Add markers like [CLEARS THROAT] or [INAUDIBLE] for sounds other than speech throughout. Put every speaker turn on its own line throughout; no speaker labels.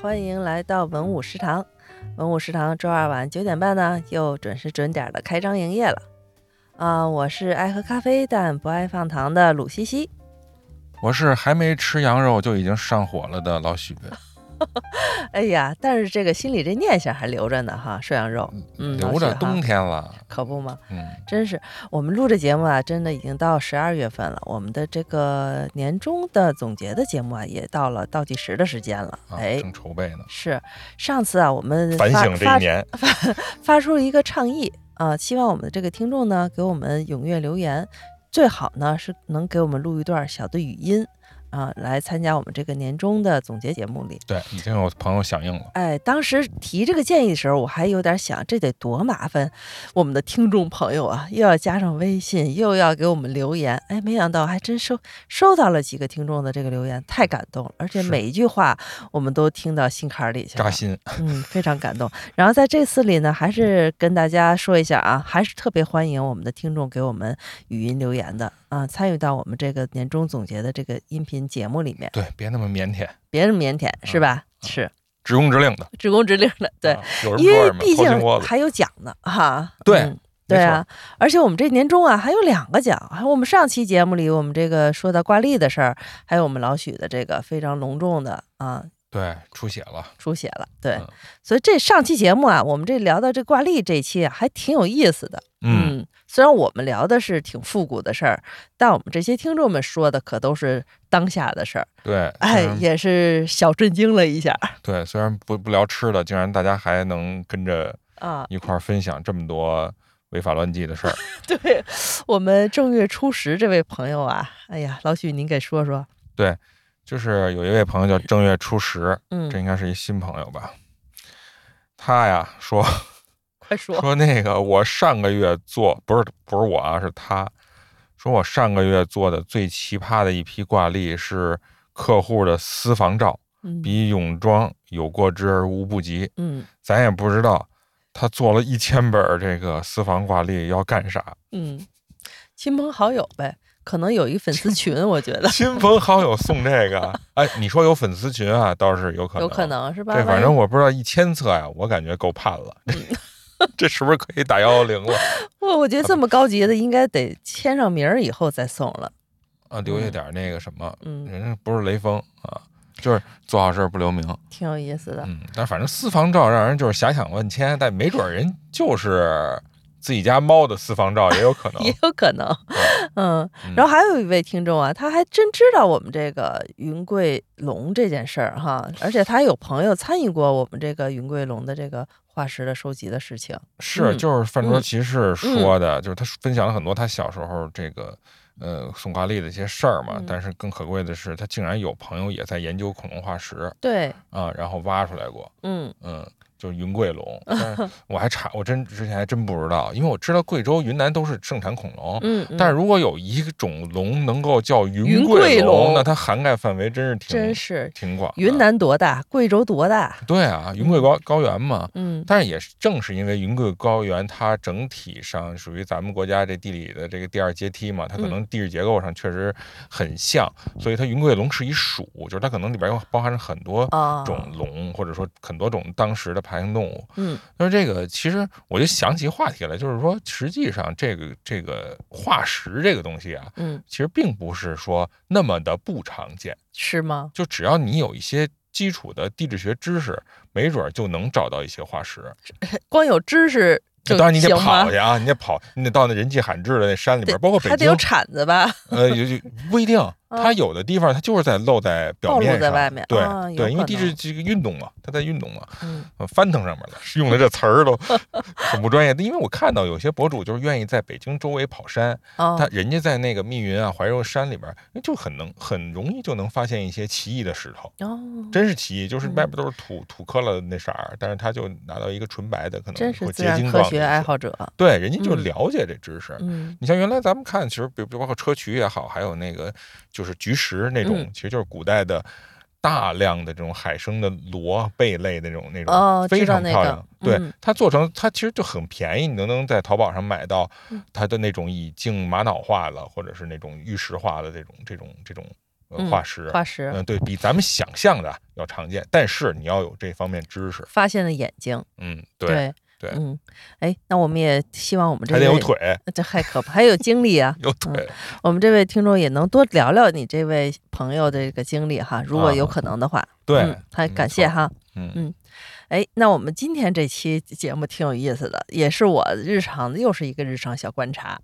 欢迎来到文武食堂。文武食堂周二晚九点半呢，又准时准点的开张营业了。啊、我是爱喝咖啡但不爱放糖的鲁西西。
我是还没吃羊肉就已经上火了的老许，
哎呀，但是这个心里这念想还留着呢哈，涮羊肉，嗯，
留着
老许哈
冬天了。
可不嘛，
嗯，
真是我们录这节目啊，真的已经到十二月份了。我们的这个年终的总结的节目啊，也到了倒计时的时间了。
啊，
哎，
正筹备呢，
是上次啊，我们
反
发
省这
发
一年。
发出了一个倡议啊、希望我们的这个听众呢给我们踊跃留言，最好呢是能给我们录一段小的语音啊、来参加我们这个年终的总结节目里。
对，已经有朋友响应了。
哎，当时提这个建议的时候，我还有点想，这得多麻烦，我们的听众朋友啊，又要加上微信，又要给我们留言。哎，没想到还真收收到了几个听众的这个留言，太感动了，而且
是
每一句话我们都听到心坎儿里去了
扎。心，啊 [LAUGHS]
嗯，非常感动。然后在这次里呢，还是跟大家说一下啊，还是特别欢迎我们的听众给我们语音留言的啊，参与到我们这个年终总结的这个音频节目里面，
对，别那么腼腆，
别人腼腆是吧？是
直工直令的。
职工直令的，对，
嗯啊，有人
因
不二
为
嘛，
毕
掏
竟
心窝子。
还有奖呢，哈。
对
嗯对
没
啊，而且我们这年终啊还有两个奖，还有我们上期节目里我们这个说到挂历的事儿，还有我们老许的这个非常隆重的啊
对，出血了。
出血了，对，
嗯
所以这上期节目啊，我们这聊到这挂历这期啊还挺有意思的，
嗯，
虽然我们聊的是挺复古的事儿，但我们这些听众们说的可都是当下的事儿，
对，
哎
虽，然
也是小震惊了一下
对，虽然不不聊吃的，竟然大家还能跟着 [LAUGHS]
啊。
一块儿分享这么多违法乱纪的事
[LAUGHS]
儿。
对我们正月初十这位朋友啊，哎呀，老许您给说说，
就是有一位朋友叫正月初十，这
嗯，
应该是一新朋友吧？他呀说
快说，
说那个我上个月做不是不是我啊，是他说我上个月做的最奇葩的一批挂历是客户的私房照，
嗯
比泳装有过之而无不及。
嗯
咱也不知道他做了一千本儿这个私房挂历要干啥，
嗯，亲朋好友呗，可能有一粉
[LAUGHS]
丝群，我觉得
亲朋好友送这个，哎，你说有粉丝群啊，倒是有可能，
有可。能是吧？
对，
万
反
一
正我不知道一千册呀，我感觉够判了。
嗯
[LAUGHS] 这是不是可以打幺幺零了？
哦我我
啊
觉得这么高级的应该得签上名儿以后再送了。
啊，留下点儿那个什么，
嗯，
人家不是雷锋啊，就是做好事儿不留名。
挺有意思的。
嗯，但反正私房照让人就是遐想万千，但没准儿人就是自己家猫的私房照也有可能
[LAUGHS] 也。有可能， [LAUGHS] 嗯，
嗯
然后还有一位听众啊，他还真知道我们这个云贵龙这件事儿哈，而且他还有朋友参与过我们这个云贵龙的这个化石的收集的事情，
是，
嗯
就是饭桌
嗯
骑士说的，就是他分享了很多他小时候这个呃送挂历的一些事儿嘛。
嗯
但是更可贵的是，他竟然有朋友也在研究恐龙化石
对，
啊，然后挖出来过，
嗯
嗯。就是云贵龙，但
[LAUGHS]
是我还查，我真之前还真不知道，因为我知道贵州、云南都是盛产恐
[LAUGHS]
龙，
嗯，
但
是
是如果有一种龙能够叫
云
云
贵
贵
龙
那它涵盖范围真是挺
真是
挺广的。
云南多大，贵州多大，
对啊，云贵高高原嘛。
嗯
但是也是正是因为云贵高原，它整体上属于咱们国家这地理的这个第二阶梯
嗯
嘛，它可能地质结构上确实很像，所以它云贵龙是一属，就是它可能里边又包含着很多
啊，
种龙，或者说很多种当时的爬行动物。
嗯
那这个其实我就想起话题来，就是说实际上这个这个化石这个东西啊，
嗯，
其实并不是说那么的不常见，
是
[LAUGHS]
吗？
就只要你有一些基础的地质学知识，没准儿就能找到一些化石。
光有知识就
当然你得
行吗
跑？去啊，你得跑，你得到那人迹罕至的那山里边
得
儿，包括北
还得
京
有，铲子吧？
呃，有有不一定，
[LAUGHS]
它有的地方它就是在露在表
暴露
面上，
在外面
对、
啊有
对，因
可
为地质
能
这个运动嘛，它在运动嘛，
嗯
呃翻腾上面了，用的这词儿都 [LAUGHS] 很不专业。因为我看到有些博主就是愿意在北京周围跑山，他
哦，
人家在那个密云啊、怀柔山里边儿，就很能很容易就能发现一些奇异的石头，
哦，
真是奇异，就是
嗯
外边都是土土坷了的那色儿，但是他就拿到一个纯白的，可能
真是
会
自
结
然
晶
科
状的
学
一
爱
些，
好者，
对，人家就
嗯
了解这知识。
嗯
你像原来咱们看，其实比比包括砗磲也好，还有那个就是菊石那种，
嗯
其实就是古代的大量的这种海生的螺贝类的那种那种，
哦知
非
道
常
那
漂
个
亮。对、
嗯
它做成，它其实就很便宜，你都能在淘宝上买到
嗯
它的那种已经玛瑙化了，或者是那种玉石化的这种这种这种呃
嗯
化石，
化石、
嗯，对比咱们想象的要常见，但是你要有这方面知识，
发现了眼睛，
嗯，，
对
对
嗯，哎，那我们也希望我们这
还得
位
有腿，。
这还可不还有精力啊
有腿，
我们这位听众也能多聊聊你这位朋友的这个经历哈，如果有可能的话，
啊对
嗯，还
没
感谢
错
哈。
嗯
嗯哎，那我们今天这期节目挺有意思的，也是我日常的又是一个日常小观察，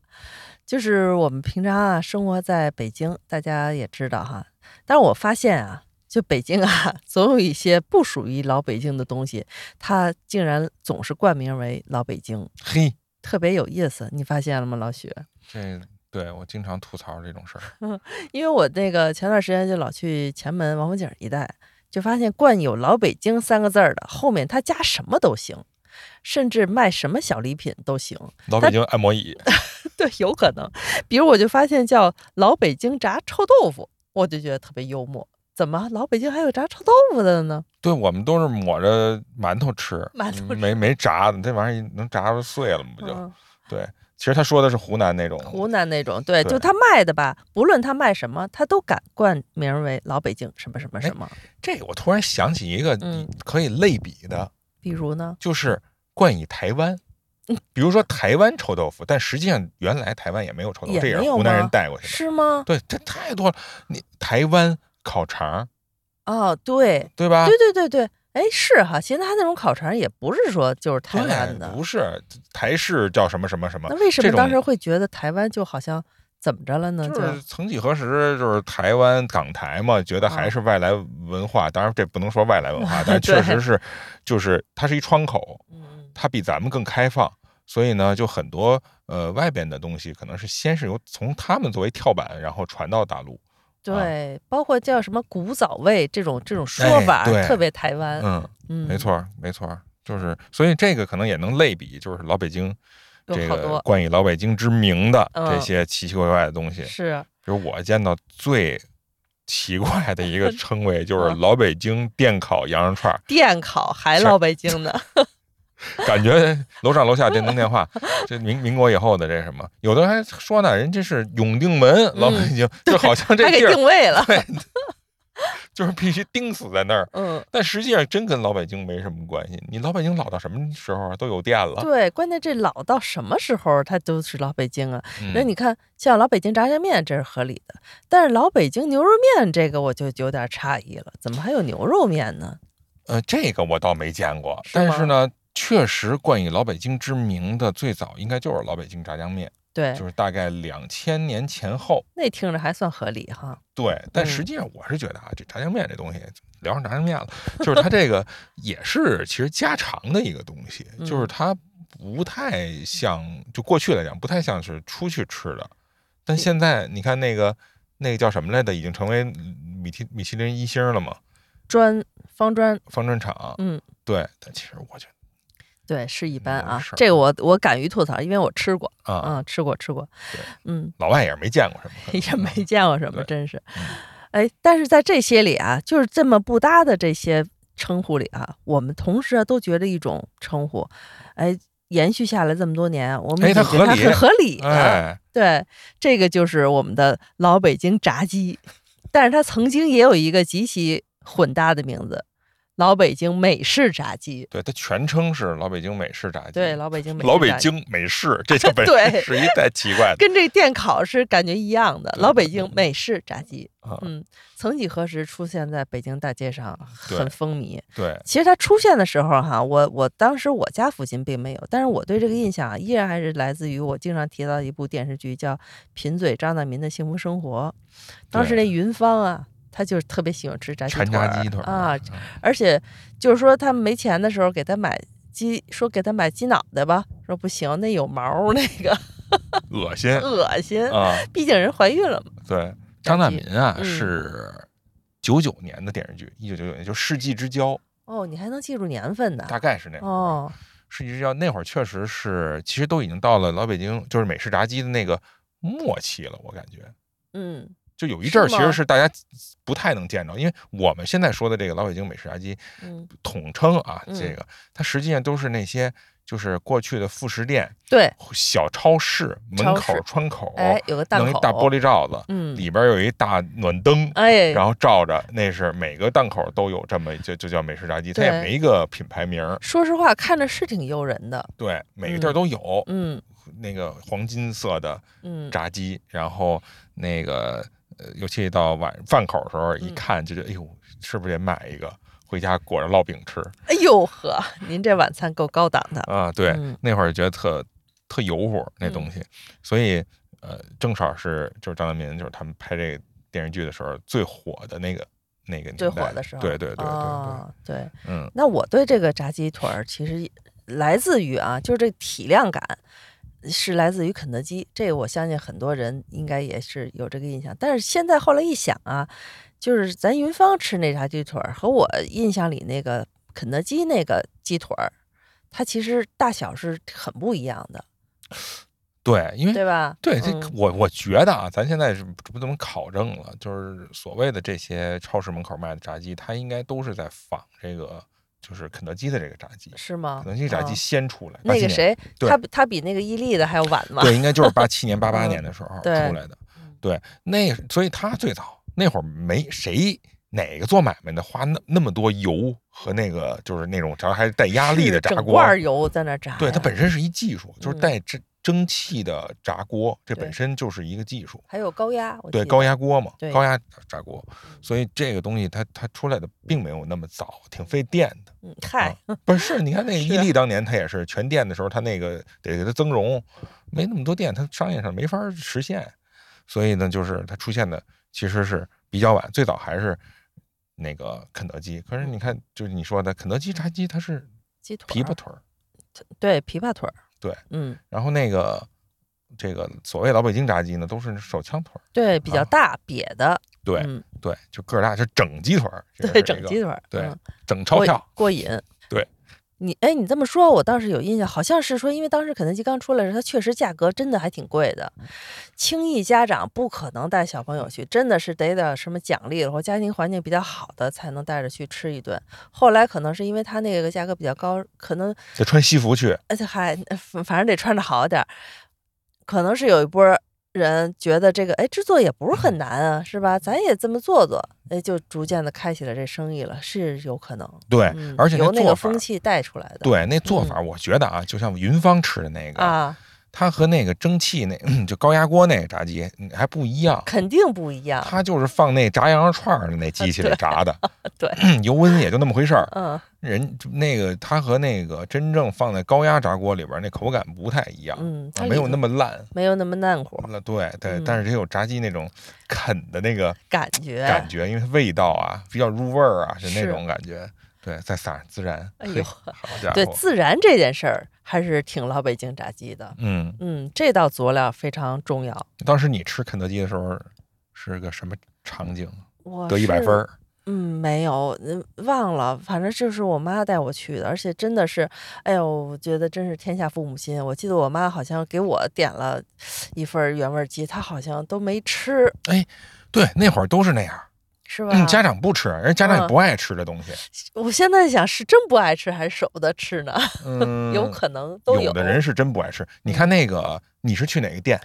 就是我们平常啊生活在北京，大家也知道哈，但是我发现啊，就北京啊， [LAUGHS] 总有一些不属于老北京的东西，它竟然总是冠名为老北京，
嘿，
特别有意思，你发现了吗，老许？
这对我经常吐槽这
[LAUGHS]
种事儿，
因为我那个前段时间就老去前门王府井一带，就发现冠有“老北京”三个字儿的，后面他加什么都行，甚至卖什么小礼品都行。 [LAUGHS]
老北京按摩椅，
对，有可能。比如我就发现叫“老北京炸臭豆腐”，我就觉得特别幽默。怎么，老北京还有炸臭豆腐的呢？
对我们都是抹着馒头吃，嗯
馒头
没没炸的，这玩意儿能炸出碎了吗不就？
嗯，
对，其实他说的是湖南那种，
湖南那种，对，就
对
他卖的吧，不论他卖什么，他都敢冠名为“老北京什么什么什么
这我突然想起一个
嗯
可以类比的，”。
比如呢，
就是冠以台湾。
嗯
比如说台湾臭豆腐，但实际上原来台湾也没有臭豆腐，
也
这也是
没有
湖南人
吗
带过去的。
是吗？
对，这太多了。你台湾烤肠，
哦，对，
对吧？
对对对对，哎，是哈，其实他那种烤肠也不是说就是台
对
湾的，
不是台式叫什么什么什么
那，为什
这
么
种
当时会觉得台湾就好像怎么着了呢？
就是曾几何时，就是台湾港台嘛，觉得
嗯
还是外来文化。当然，这不能说外来
[LAUGHS]
文化，但
对
确实是，就是它是一窗口，
嗯，
它比咱们更开放。所以呢，就很多呃外边的东西，可能是先是由从他们作为跳板，然后传到大陆。
对，包括叫什么古早味这种这种说
哎
法儿，
对
特别台湾，
嗯，
嗯，
没，错儿，没错儿，就是所以这个可能也能类比，就是老北京这
有好
个
多
冠以老北京之名的这
嗯
些奇奇怪怪的东西。
是
比如我见到最奇怪
[LAUGHS]
的一个称谓就是
嗯
老北京电烤羊肉串儿，
电烤还
是
老北京
[LAUGHS]
呢，
感觉楼上楼下电灯电话，这民民国以后的这什么，有的还说呢，人这是永定门老北京，就好像
嗯
这
还给
地儿
定位
[LAUGHS]
了，
就是必须钉死在那儿。
嗯。
但实际上真跟老北京没什么关系，你老北京老到什么时候啊都有电了。
对，关键这老到什么时候，它都是老北京啊。
嗯
那你看，像老北京炸酱面这是合理的，但是老北京牛肉面这个我就有点诧异了，怎么还有牛肉面呢？
呃，这个我倒没见过，
是
但
吗
是呢，确实冠以老北京之名的最早应该就是老北京炸酱面，
对
就，是大概两千年前后。
那听着还算合理哈。
对，但
嗯
实际上我是觉得啊，这炸酱面这东西，聊上炸酱面了，就是它这个
[LAUGHS]
也是其实家常的一个东西，就是
嗯
它不太像，就过去来讲不太像是出去吃的，但现在你看那个那个叫什么来的，已经成为米其米其林一星了嘛，
砖方砖，
方砖厂，
嗯，
对，但其实我觉
对，是一般
没
啊
事。儿
这个我我敢于吐槽，因为我吃过，
得嗯啊，
嗯，吃过吃过
对，
嗯，
老外也是没见过什么，啊
也没见过什么，
对
真是
嗯。
哎，但是在这些里啊，就是这么不搭的这些称呼里啊，我们同时啊都觉得一种称呼，哎，延续下来这么多年，啊我们
哎
也
它
觉得
合理
很合理的。
哎，
对，这个就是我们的老北京炸鸡，但是它曾经也有一个极其混搭的名字，老北京美式炸鸡。
对，它全称是老北京美式炸鸡，
对，老北京美式
老北
炸鸡
京美式，这
[LAUGHS]
就本
对
身是一太奇怪的。
跟这电烤是感觉一样的，
对
老北京美式炸鸡。
啊
嗯，曾几何时出现在北京大街上，
对
很风靡。
对，
其实它出现的时候哈，我我当时我家附近并没有，但是我对
嗯
这个印象啊，依然还是来自于我经常提到的一部电视剧，叫《贫嘴张大民的幸福生活》。当时
对
那云芳啊，她就是特别喜欢吃炸鸡
全
腿
炸
儿
鸡腿儿
啊，，而且就是说他没钱的时候给他买鸡，说给他买鸡脑袋吧，说不行，那有毛儿，那个
嗯恶心 [LAUGHS]
恶心。
啊！
毕竟人怀孕了嘛，
对，张大
鸡
民啊
嗯
是九九年的电视剧，一九九九年就《世纪之交》，
哦，你还能记住年份呢？
大概是那会儿吧。
哦，
世纪之交那会儿确实是，其实都已经到了老北京就是美式炸鸡的那个末期了，我感觉。
嗯，
就有一阵儿，
是
其
吗
实是大家不太能见着，因为我们现在说的这个老北京美式炸鸡，
嗯，
统称啊，
嗯
这个它实际上都是那些就是过去的副食店、
对，
小超市门
超
口
市
窗口，
哎，有个档
哦弄一
口，
大玻璃罩子，
嗯，
里边有一大暖灯，
哎，
然后照着，那是每个档口都有这么就就叫美式炸鸡，它也
对
没一个品牌名儿，
说实话，看着是挺诱人的，
对，每个地儿都有、
嗯
那个黄金色的
嗯，
炸鸡，然后那个呃，尤其到晚饭口的时候，一
嗯
看就觉得，哎呦，是不是得买一个？回家裹着烙饼吃
哎呦呵，您这晚餐够高档的，
啊！对，
嗯
那会儿觉得特特油乎那东西，所以呃，正好是就是张大民就是他们拍这个电视剧的时候最火的那个那个年代
最火的时候，
对对对对对，
哦对。
嗯，
那我对这个炸鸡腿儿其实来自于啊，就是这体量感是来自于肯德基，这个我相信很多人应该也是有这个印象。但是现在后来一想啊，就是咱云芳吃那炸鸡腿儿和我印象里那个肯德基那个鸡腿儿，它其实大小是很不一样的，
对，因为
对吧？
对，这
嗯
个我我觉得啊，咱现在是不不怎么考证了，就是所谓的这些超市门口卖的炸鸡，它应该都是在仿这个，就是肯德基的这个炸鸡，
是吗？
肯德基炸鸡
啊
先出来，
那
87
个
年，
谁，
对
他比他比那个伊利的还要晚嘛？
对，应该就是八七年、八八
嗯
年的时候出
对嗯
来的，对，那所以他最早那会儿没谁。哪个做买卖的花那那么多油和那个就是那种炸还是带压力的
是
炸
整
锅
罐，儿油在那儿炸呀，
对它本身是一技术，就是
嗯
带蒸蒸汽的炸锅，这
对
本身就是一个技术。
还有高压，我
对
记得
高压锅嘛
对，嗯
高压炸锅，所以这个东西它它出来的并没有那么早，挺费电
[LAUGHS]
的。
嗯，嗨，
啊不是，你看那个
是
伊利当年它也是全电的时候，它那个得给它增容，没那么多电，它商业上没法实现，所以呢，就是它出现的其实是比较晚，最早还是那个肯德基。可是你看，就是你说的肯德基炸鸡，它是
鸡腿
琵
儿
琶腿儿，
对琵琶腿儿，
对，
嗯，
然后那个这个所谓老北京炸鸡呢，都是手枪腿儿，
对，比较
啊
大瘪的，
对、
嗯，
对，就个儿大，就整鸡腿儿，这
对，
是
整
一个
鸡腿儿，
对
嗯
整钞
过
票。
过瘾，
对。
你哎，你这么说，我倒是有印象，好像是说，因为当时肯德基刚出来的时候，它确实价格真的还挺贵的，
嗯
轻易家长不可能带小朋友去，真的是得点什么奖励或家庭环境比较好的才能带着去吃一顿。后来可能是因为它那个价格比较高，可能
得穿西服去，
而且还呃反反正得穿着好点儿。可能是有一波儿人觉得这个，哎，制作也不是很难啊，是吧？咱也这么做做，哎，就逐渐的开启了这生意了，是有可能。
对，
嗯，
哎而且那
由那
做
个
法，
风气带出来的。嗯
对那做法，我觉得啊，就像云芳吃的那个，
啊，
它和那个蒸汽那 [CLEARS THROAT] 就高压锅那个炸鸡嗯还不一样，
肯定不一样。
它就是放那炸羊肉串儿
[LAUGHS]
的那机器里炸的，
啊对，
[CLEARS THROAT] 油温也就那么回事儿。
嗯，
人那个它和那个真正放在高压炸锅里边儿那口感不太一样，
嗯
啊
它
没
里
有
头
那么烂。
没有那么烂乎
了对对
嗯，
但是也有炸鸡那种啃的那个
感觉。
感觉，因为它味道啊比较入味儿啊，是那
是
种感觉。对，再撒上孜然，
哎
嘿
呦
好家伙，
对，自然这件事儿还是挺老北京炸鸡的。
嗯，
嗯，这道佐料非常重要。
当时你吃肯德基的时候是个什么场景？
我
得一百
哦是
分儿，
嗯，没有，嗯，忘了，反正就是我妈带我去的，而且真的是，哎呦，我觉得真是天下父母心。我记得我妈好像给我点了一份儿原味儿鸡，她好像都没吃，
对，那会儿都是那样。
是吧？
嗯，家长不吃，人家家长
嗯
也不爱吃这
[LAUGHS]
东西。
我现在想是真不爱吃还是舍不得吃呢？
嗯，
有嗯可能都
有的人是真不爱吃。你看那个，你是去哪个店？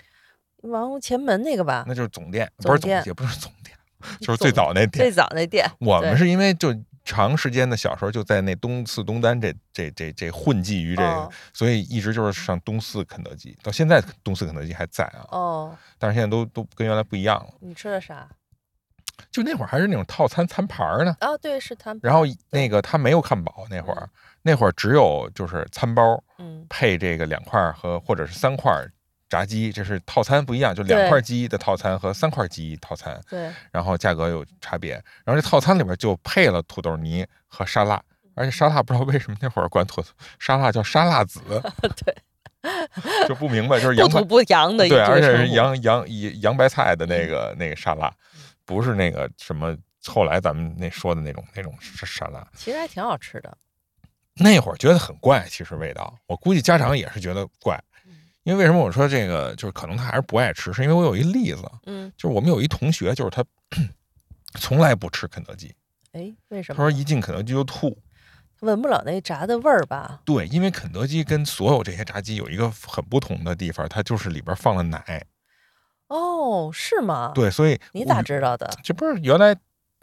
王屋前门那个吧，
那就是总店，
啊总
不是总
店
也不是总
[LAUGHS]
店，就是最早那
最
店。
早那店，
我们
对
是因为就长时间的小时候就在那东四东单这这这这混迹于这个
哦，
所以一直就是上东四肯德基，到现在东四肯德基还在啊，
哦，
但是现在都都跟原来不一样了。
你吃的啥？
就那会儿还是那种套餐餐牌儿呢，
啊，对，嗯是他们，
然后那个他没有汉堡，那会儿那会儿只有就是餐包
嗯，
配这个两块儿和或者是三块儿炸鸡，这是套餐不一样，就
对
两块鸡的套餐和三块鸡套餐，
对，
然后价格有差别。然后这套餐里边就配了土豆泥和沙拉，而且沙拉不知道为什么那会儿管土沙拉叫沙拉子，
[LAUGHS]
对，就不明白就是
不
洋
土
白
不洋的一
对，
这个
而且
称
是
呼
洋洋洋洋白菜的
嗯
那个那个沙拉，不是那个什么后来咱们那说的那种那种沙沙拉。
其实还挺好吃的，
那会儿觉得很怪，其实味道，我估计家长也是觉得怪，
嗯
因为为什么我说这个就是可能他还是不爱吃，是因为我有一例子，
嗯，
就是我们有一同学，就是他 [CLEARS THROAT] 从来不吃肯德基，
哎，为什
他
么呢？
说一进肯德基就吐，
闻不了那炸的味儿吧？
对，因为肯德基跟所有这些炸鸡有一个很不同的地方，它就是里边放了奶。
哦，是吗？，
对，所以
啊你
我
咋知道的？
这不是原来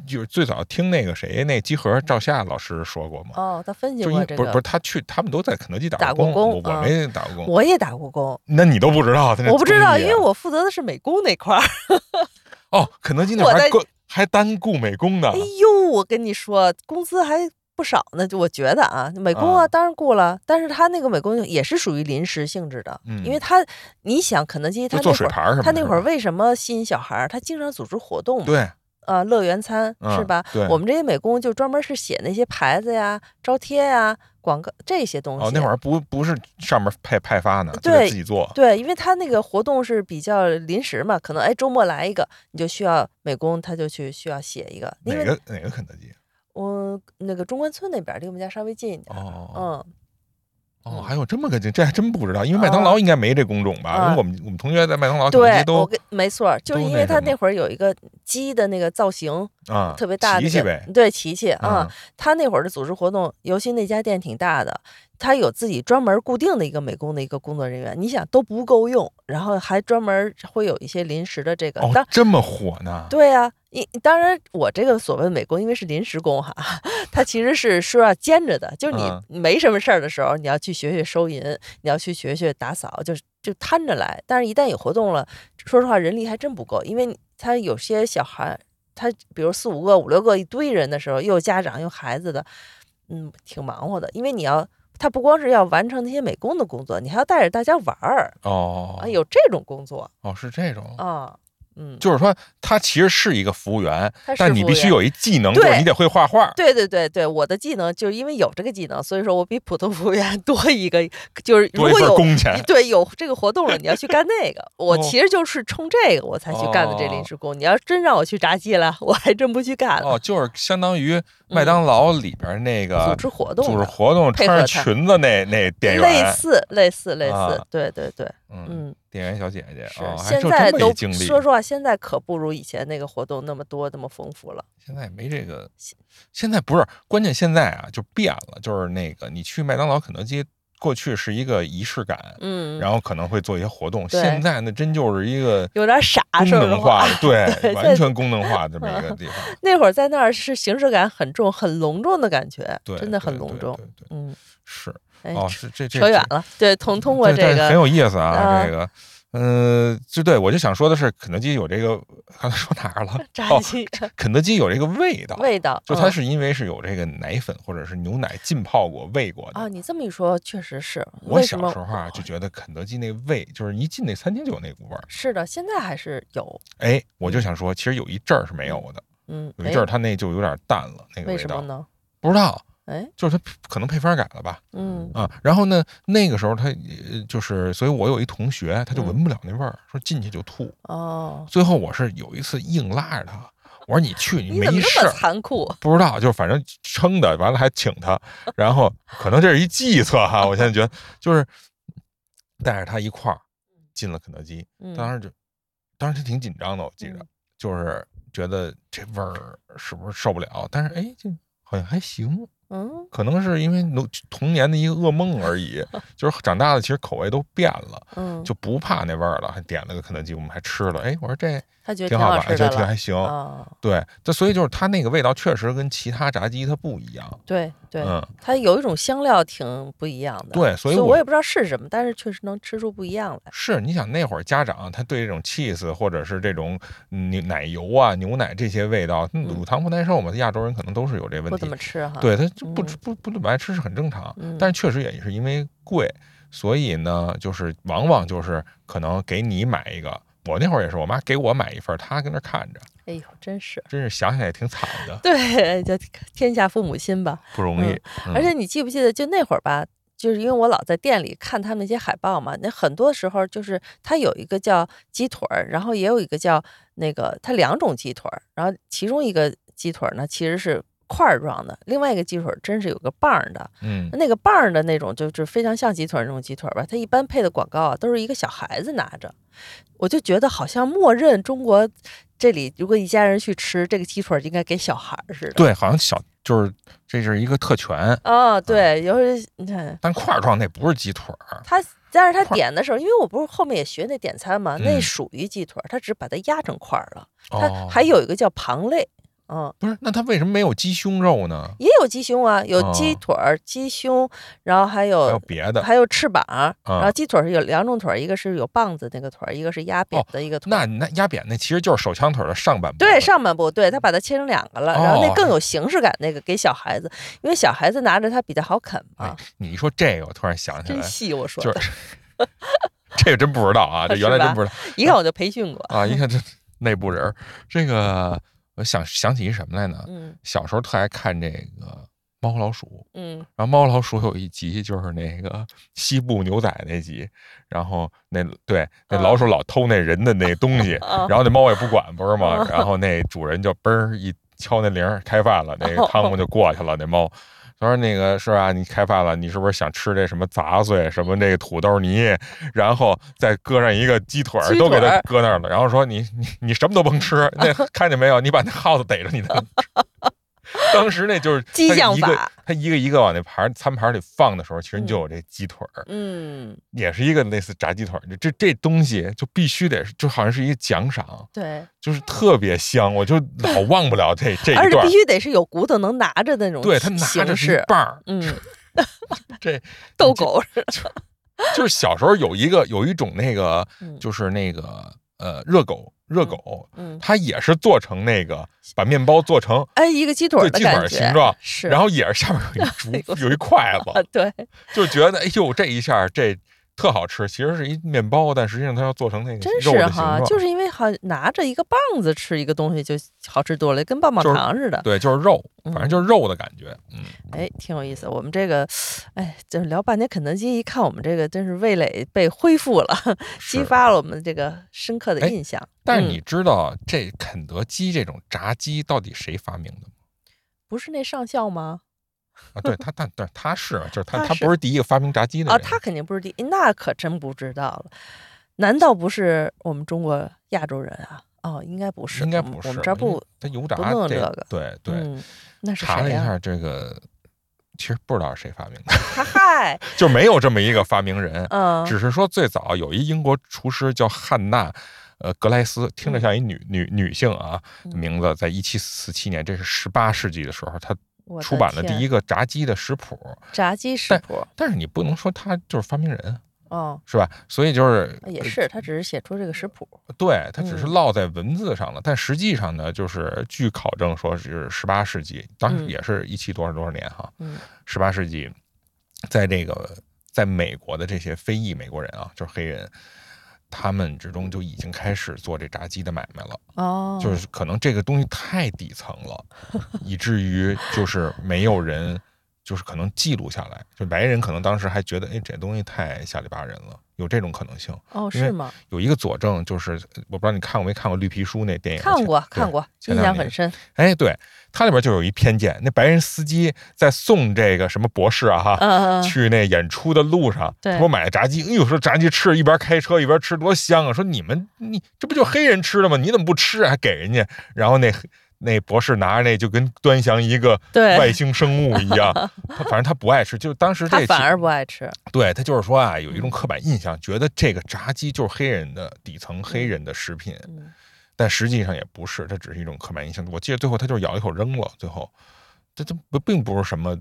就是最早听那个谁那集合赵夏老师说过吗？
哦，他分析
就因
过
为
这
不是不
个，
是他去，他们都在肯德基打
打过
过
工
我我
啊
没打过工，
我也打过工，
那你都不知道？在那
我不知道，
综艺
因
啊
为我负责的是美工那块儿。
哦，肯德基那
我
还
在
雇还单雇美工呢
哎，呦，我跟你说，工资还不少呢。就我觉得啊，美工啊，
啊
当然雇了，但是他那个美工也是属于临时性质的，因为
嗯
他，你想肯德基他
就
那
做
会
水
儿，
盘儿什么的。
他那会儿
是吧
为什么吸引小孩儿？他经常组织活动嘛，
对
啊，乐园餐是
嗯
吧？
对
我们这些美工就专门是写那些牌子呀、招贴呀、广告这些东西。
哦，那会儿不不是上面派派发呢，就
对
得自己做。
对，因为他那个活动是比较临时嘛，可能哎周末来一个，你就需要美工，他就去需要写一个，因
哪
为
个哪个肯德基？
我那个中关村那边儿离我们家稍微近一点儿，
哦哦
嗯，
哦
嗯，
还有这么个这这还真不知道，因为麦当劳应该没这工种吧？
哦啊
因为我们我们同学在麦当劳、肯德
对
基，
我
都
跟没错儿，就是
都
因
那
为
什
他那
么
会儿有一个鸡的那个造型
啊
特别大的
琪
那
琪
个
呗，
对琪琪啊，
嗯
他那会儿的组织活动，尤其那家店挺大的，他有自己专门固定的一个美工的一个工作人员，你想都不够用，然后还专门会有一些临时的这个，当
哦，这么火呢？
对呀、你当然，我这个所谓的美工，因为是临时工哈， [LAUGHS] 他其实是说要兼着的，就是
嗯
你没什么事儿的时候，你要去学学收银，你要去学学打扫，就是就摊着来。但是，一旦有活动了，说实话，人力还真不够，因为你他有些小孩，他比如四五个、五六个一堆人的时候，又有家长又有孩子的，嗯，挺忙活的。因为你要，他不光是要完成那些美工的工作，你还要带着大家玩儿
哦
啊，，有这种工作
哦是这种，
啊，嗯，
就是说他其实是一个服务员，
他是
但你
服务
必须
员
有一技能，就
对
是你得会画画。
对对对对，我的技能就是因为有这个技能，所以说我比普通服务员 [LAUGHS] 多一个，就是如
多一
果
份
有
工钱，
对有这个活动了，你要去干那个。我
哦
其实就是冲这个我才去干的这临时工。你要真让我去炸鸡了，我还真不去干了。
哦，就是相当于麦当劳里边那
组
个
织嗯活动
哦组织
的
活动
配
穿着
合他
裙子那那店
类
员，
似类似类似，
啊
对对对，
嗯，
嗯，
店员小姐姐
是、
哦，还
现
是有
在
这么
都
一经历。
说实话，现在可不如以前那个活动那么多那么丰富了。
现在没这个，现在不是关键，现在啊就变了，就是那个你去麦当劳、肯德基，过去是一个仪式感，
嗯，
然后可能会做一些活动，
对
现在那真就是一个
有点傻，
功
说实
能化
话
的，。对，
对
完
在
全功能化的这么一个地方，
那会儿在那儿是形式感很重、很隆重的感觉，[LAUGHS]
对，
真的很
对
隆
对
重
对。对，
嗯，
是
哎，
哦，是这这
扯远
这
了。对，通通过
对
这
对很
个，
有意思啊，
啊
这个。嗯，就对我就想说的是，肯德基有这个，刚才说哪儿了？
[LAUGHS] 炸
哦，
鸡
肯德基有这个味道，
味道，
就它
嗯
是因为是有这个奶粉或者是牛奶浸泡过、喂过的
啊，。你这么一说，确实是。
我
为什
小
么
时候啊就觉得肯德基那味，就是一进那餐厅就有那股味儿。
是的，现在还是有，
哎，我就想说，其实有一阵儿是没有的，
嗯，
有一
哎
阵儿它那就有点淡了，那个
为
味
什么
道
呢？
不知道，
哎，
就是它可能配方改了吧
嗯，
啊。然后呢，那个时候它呃就是，所以我有一同学他就
嗯
闻不了那味儿，说进去就吐。
哦，
最后我是有一次硬拉着他，我说你去，你
你
没
怎么
事
这么
儿。
残酷？
不知道，就反正撑的，完了还请
[LAUGHS]
他，然后可能这是一计策哈。我现在觉得就是带着他一块儿进了肯德基，当
嗯，
时就当时挺紧张的，我记着
嗯，
就是觉得这味儿是不是受不了，但是哎，这好像还行，
嗯，
可能是因为童童年的一个噩梦而
[LAUGHS]
已，就是长大了其实口味都变了。
嗯，
就不怕那味儿了，还点了个肯德基，我们还吃了。哎，我说这
他觉得挺
挺好
好
玩，
吃
就
的
挺
了
还行。
啊，
对，这所以就是它那个味道确实跟其他炸鸡它不一样。
对对，
嗯，
它有一种香料挺不一样的。
对所以
我
我
也不知道是什么，但是确实能吃出不一样来。
是你想那会儿家长他对这种 cheese 或者是这种牛奶油啊、牛奶这些味道，
嗯
嗯乳糖不耐受嘛，亚洲人可能都是有这问
不怎
题
么。吃哈。
对，他就不
嗯
吃不不怎么爱吃是很正常
嗯，
但是确实也是因为贵，所以呢，就是往往就是可能给你买一个。我那会儿也是，我妈给我买一份儿，她跟那儿看着，
哎呦，真是。
真是想想也挺惨的，
对，哎就天下父母心吧。
不容易
嗯。而且你记不记得，就那会儿吧，就是因为我老在店里看他们那些海报嘛，那很多时候就是它有一个叫鸡腿儿，然后也有一个叫那个，它两种鸡腿儿，然后其中一个鸡腿儿呢其实是块儿状的，另外一个鸡腿儿真是有个棒儿的，
嗯，
那个棒儿的那种就是非常像鸡腿儿那种鸡腿儿吧，它一般配的广告啊都是一个小孩子拿着，我就觉得好像默认中国这里如果一家人去吃这个鸡腿儿应该给小孩儿似的。
对，好像小就是这是一个特权。
哦，对，有时候你看
但块儿状那不是鸡腿儿，
他，但是他
块儿
点的时候，因为我不是后面也学那点餐嘛，那
嗯
属于鸡腿儿，他只把它压成块儿了。它
哦，
还有一个叫旁肋，嗯，
不是？那它为什么没有鸡胸肉呢？
也有鸡胸啊，有鸡
哦
腿儿、鸡胸，然后还
还有嗯
有
别的？啊
还有翅膀，然后鸡腿儿是有两种腿儿，一个是有棒子那个腿儿，一个是压扁
哦
的一个腿儿。
那那压扁那其实就是手枪腿儿的上半部分。
对上半部，对他把它切成两个了，然后那
哦
更有形式感，那个给小孩子，因为小孩子拿着它比较好啃嘛
哎。你一说这个，我突然想起
真
来，
细，我说
就
的，
是这个真不知道
[LAUGHS]
啊，这
是
原来
吧
真不知道
一看我就培训过。
[LAUGHS] 啊！一看这内部人儿，这个我想想起一什么来呢？
嗯
小时候特爱看这个猫和老鼠，
嗯，
然后猫和老鼠有一集就是那个西部牛仔那集，然后那对那
嗯
老鼠老偷那人的那东西，
啊
然后那猫也不管，不是吗
嗯？
然后那主人就嘣儿一敲那铃儿，开饭了，那个
哦
汤姆就过去了，那猫。他说：“那个是吧？你开饭了，你是不是想吃这什么杂碎，什么那个土豆泥，然后再搁上一个鸡腿儿，
鸡
都给
腿
它
儿
搁那儿了。然后说你你你什么都甭吃，
[LAUGHS]
那看见没有？你把那耗子逮着你再吃。 [LAUGHS] 当时那就是
激
他
将
一个
法，
他一个一个往那盘儿餐盘里放的时候，其实你就有这鸡腿儿，
嗯，
也是一个类似炸鸡腿儿。这这东西就必须得是，就好像是一个奖赏，
对，
就是特别香，我就老忘不了
[LAUGHS]
这这
而且
一段
必
儿。
须得是有骨头能拿着的那种
对他拿着
形
是一
式，
半儿，
嗯，
[LAUGHS]
[LAUGHS]
这
逗狗似的，
就是小时候有一个有一种那个
嗯
就是那个呃热狗热狗，
嗯，
它也是做成那个把面包做成，
哎，一个鸡腿儿
对
的
鸡腿
感
儿
觉，
形状
是，
然后也是下面有
[LAUGHS]
一
哎呦
竹有一筷子
啊，，对，
就觉得哎呦，这一下儿这特好吃。其实是一面包，但实际上它要做成那个
真
肉
是
的形
哈
状，，
就是因为好拿着一个棒子吃一个东西就好吃多了，跟棒棒
就是
糖似的，
对，就是肉，
嗯
反正就是肉的感觉。嗯，
哎，挺有意思。我们这个，哎，就是聊半天肯德基，一看我们这个真是味蕾被恢复了， [LAUGHS] 激
是
发了我们这个深刻的
哎
印象。
但是
嗯
你知道这肯德基这种炸鸡到底谁发明的吗？
不是那上校吗？
啊，
[LAUGHS]
对他，但但他是，啊就是他，
他
他
是
不是第一个发明炸鸡的
啊，
人。
他肯定不是第一，那可真不知道了。难道不是我们中国亚洲人啊？哦，应该不是，
应该
我们
不是，
我们这儿
因为
不，
他油炸
不弄这个
对对。
嗯，那是
查了
谁
一
呀、
下这个，其实不知道是谁发明的， [LAUGHS]
哈嗨，
就没有这么一个发明人。
嗯，
只是说最早有一英国厨师叫汉娜，呃，格莱斯，听着像一女、女女性啊
嗯
名字，在一七四七年，这是十八世纪的时候，她
我的
出版了第
天
一个炸鸡的食谱。
炸鸡食谱，
但是你不能说她就是发明人，
哦，
是吧？所以就是
啊
呃
也是，他只是写出这个食谱，
对，它只是
嗯
落在文字上了，但实际上呢，就是据考证说是十八世纪，当然
嗯
也是一七多少多少年哈，
嗯
十八世纪，在这个在美国的这些非裔美国人啊，就是黑人，他们之中就已经开始做这炸鸡的买卖了，
哦，
就是可能这个东西太底层了，以至于就是没有人。就是可能记录下来，就白人可能当时还觉得，哎，这东西太下里巴人了，有这种可能性。
哦，
因为
是吗？
有一个佐证，就是呃我不知道你看过没看过《绿皮书》那电影？
看过，看
对。
过，
前
印
两
象
年
很深。
哎，对，它里边就有一偏见，那白人司机在送这个什么博士啊哈。
嗯嗯嗯，
去那演出的路上，
对
给我买炸鸡，哎呦，说炸鸡吃一边开车一边吃多香啊！说你们你这不就黑人吃的吗？你怎么不吃啊还给人家？然后那那博士拿着那就跟端详一个
对
外星生物一
[LAUGHS]
样，他反正他不爱吃，就当时这
他反
其
而不爱吃，
对他就是说啊，有一种刻板印象，觉得这个炸鸡就是黑人的底层黑人的食品，
嗯，
但实际上也不是，这只是一种刻板印象。我记得最后他就是咬一口扔了，最后这这不并不是什么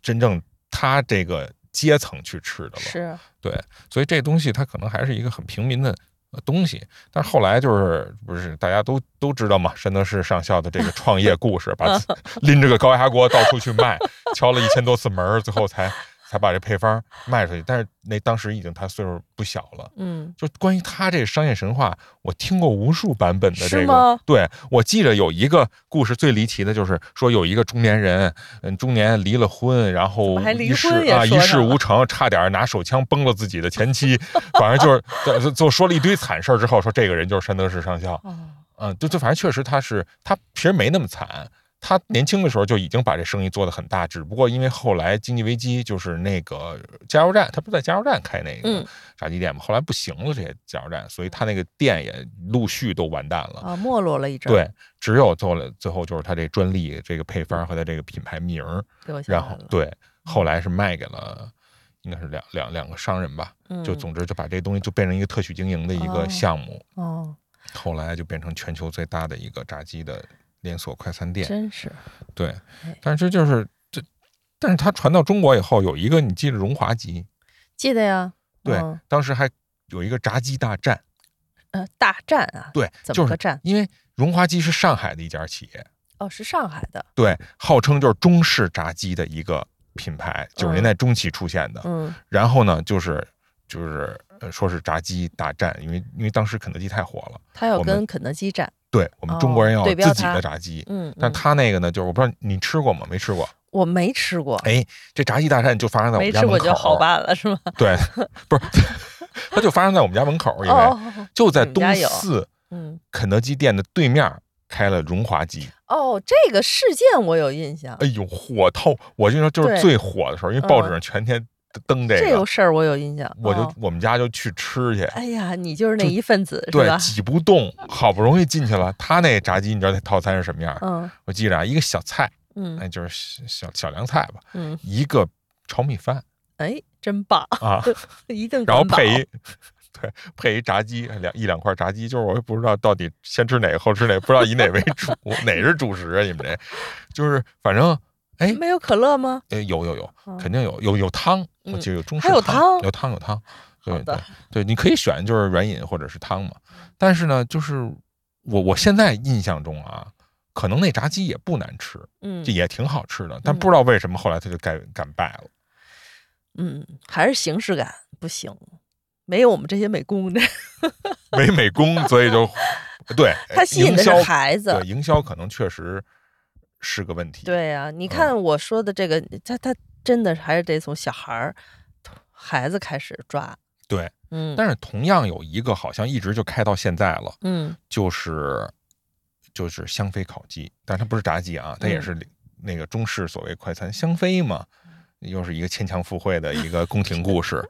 真正他这个阶层去吃的了。
是，
对，所以这东西它可能还是一个很平民的呃东西。但是后来就是不是大家都都知道嘛，山德士上校的这个创业故事，把自拎着个高压锅到处去卖，敲了一千多次门儿，最后才才把这配方卖出去。但是那当时已经他岁数不小了。
嗯，
就关于他这个商业神话，我听过无数版本的
是
这
吗
个。对，我记着有一个故事最离奇的就是说，有一个中年人，嗯，中年离了婚，然后
么还离
一事
婚也
啊
说
一
上
事
了
无成，差点拿手枪崩了自己的前妻，反正就是就就说了一堆惨事儿之后，说这个人就是山德士上校。
哦，
嗯，就就反正确实他是他其实没那么惨，他年轻的时候就已经把这生意做得很大，只不过因为后来经济危机，就是那个加油站，他不是在加油站开那个
嗯
炸鸡店嘛，后来不行了，这些加油站，所以他那个店也陆续都完蛋了。
啊，没落了一阵儿，
对，只有做了最后就是他这专利、这个配方和他这个品牌名儿，
对，
然后对，
嗯
后来是卖给了，应该是两两两个商人吧，就
嗯
总之就把这东西就变成一个特许经营的一个
哦
项目，
哦，
后来就变成全球最大的一个炸鸡的连锁快餐店。
真是
对
哎，
但是这就是这，但是它传到中国以后，有一个你记得荣华集，
记得呀，
对，
嗯
当时还有一个炸鸡大战，
呃，大战啊，
对，
怎
就
么
是
个战？
因为荣华鸡是上海的一家企业，
哦，是上海的，
对，号称就是中式炸鸡的一个品牌，九十年代中期出现的。
嗯
然后呢，就是就是呃，说是炸鸡大战，因为因为当时肯德基太火了，，
他要
我们
跟肯德基战，
对我们中国人
哦
要有
对标
自己
它
的炸鸡。
嗯，
但
嗯
他那个呢，就是我不知道你吃过吗？没吃过。
我没吃过，
哎，这炸鸡大战就发生在我
没
们家
吃
门口。啊
过就好办了是吗？
对， [LAUGHS] 不是， [LAUGHS] 它就发生在我们家门口，因为、
哦，哦
就在
你们家
东
有
四
嗯，
肯德基店的对面开了荣华鸡。
哦，这个事件我有印象
哎，呦，火透！我就说就是
对嗯
最火的时候，因为报纸上全天登这
这
个，
个事儿我有印象，
我就、
哦
我们家就去吃去。
哎呀，你就是那
就
一份子是
对，
吧？
挤不动，好不容易进去了。他那炸鸡，你知道那套餐是什么样？
嗯
我记着啊，一个小菜，
嗯
哎，就是小小小凉菜吧，
嗯，
一个炒米饭
哎，真棒， [LAUGHS]
啊，
一定
[LAUGHS] 然后
管饱
配一 [LAUGHS] 对配一炸鸡，两一两块炸鸡，就是我也不知道到底先吃哪个后吃哪个，不知道以哪为主，
[LAUGHS]
哪是主食啊？你们这就是反正哎
哦没有可乐吗？
呃有有有，
嗯
肯定有有有汤，我记得有中式
还有
汤，
汤
有汤有汤，对
好的
对对，你可以选就是软饮或者是汤嘛。但是呢，就是我我现在印象中啊，可能那炸鸡也不难吃，
嗯
这也挺好吃的，但
嗯
不知道为什么后来它就改改败了。
嗯，还是形式感不行，没有我们这些美工
哎
的，
没美工，所以就
[LAUGHS]
对
它吸引的是
营销
孩子。
对，营销可能确实是个问题。，
对呀、你看我说的这个，他他真的还是得从小孩儿、孩子开始抓。
对，
嗯，
但是同样有一个好像一直就开到现在了，
嗯
就是就是香妃烤鸡，但它不是炸鸡啊，
嗯
它也是那个中式所谓快餐香妃嘛，又是一个牵强附会的一个宫廷故
[LAUGHS]
事。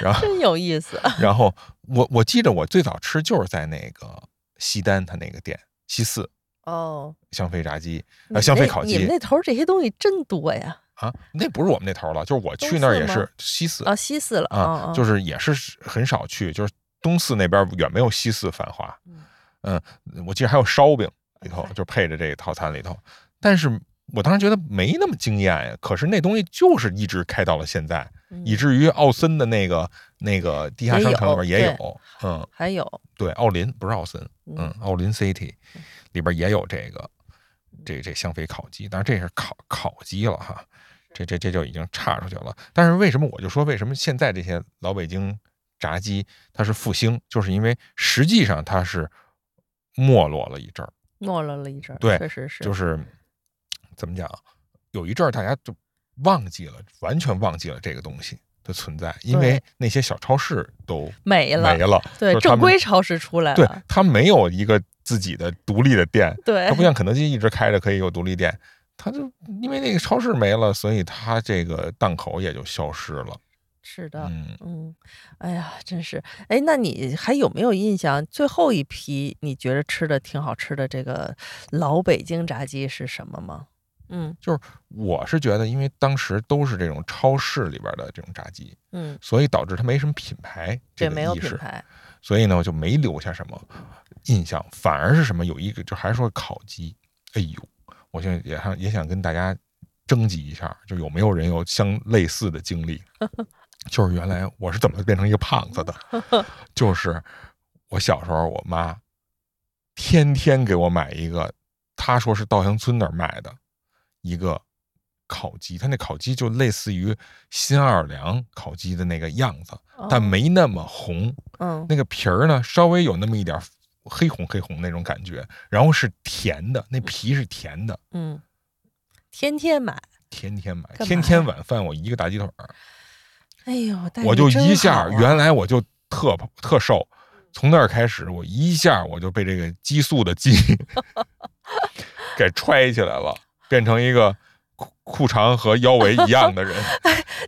然后，
真有意思。 [LAUGHS]
然后我我记着我最早吃就是在那个西单他那个店西四
哦，
香妃炸鸡
你
啊香妃
那
烤
你们
鸡。
那头儿这些东西真多呀！
啊，那不是我们那头了，就是我
东
去那儿
四
也
吗
是西四
啊，西四了
啊，就是是也是很少去，就是东四那边儿远没有西四繁华。
嗯
嗯，我记得还有烧饼里头，就配着这个套餐里头。但是我当时觉得没那么惊艳呀，可是那东西就是一直开到了现
嗯
在，以至于奥森的那个那个地下
也
商场里边
有
也
对
有，嗯，
还有
对，奥林不是奥森，嗯
嗯，
奥林 City 里边也有这个这这香妃烤鸡，当然这是烤烤鸡了哈，这这这就已经岔出去了。但是为什么我就说为什么现在这些老北京炸鸡它是复兴，就是因为实际上它是没落了一阵儿，
没落了一阵儿，
对
确实是，
就是怎么讲，有一阵儿大家就忘记了，完全忘记了这个东西的存在，因为那些小超市都
没了，
没了，
对，
就是他
正
们
规超市出来
对
了，，
它没有一个自己的独立的店。
[LAUGHS] 对
它不像肯德基一直开着可以有独立店，它就因为那个超市没了，所以它这个档口也就消失了。
是的，
嗯，
嗯，哎呀，真是哎，那你还有没有印象？最后一批你觉得吃的挺好吃的这个老北京炸鸡是什么吗？嗯
我是觉得，因为当时都是这种超市里边的这种炸鸡，
嗯，
所以导致它没什么品牌这
对，
个
没有
意
品
识，
牌，
所以呢，我就没留下什么印象，反而是什么有一个，就还是说烤鸡。哎呦，我现在也想也想跟大家征集一下，就有没有人有相类似的经历？就是原来我是怎么变成一个胖子的？就是我小时候，我妈天天给我买一个，她说是稻香村那儿卖的一个烤鸡，她那烤鸡就类似于新奥尔良烤鸡的那个样子，
哦
但没那么红，
嗯
那个皮儿呢稍微有那么一点儿黑红黑红那种感觉，然后是甜的，那皮是甜的。
嗯，天天买，
天天买，
干嘛
天天晚饭我一个大鸡腿儿，
哎呦，待
我
遇
就
真
一下
好
儿，
啊
原来我就特特瘦，从那儿开始，我 [LAUGHS] 一下儿我就被这个激素的激给揣起来了。变成一个裤裤长和腰围一样的人。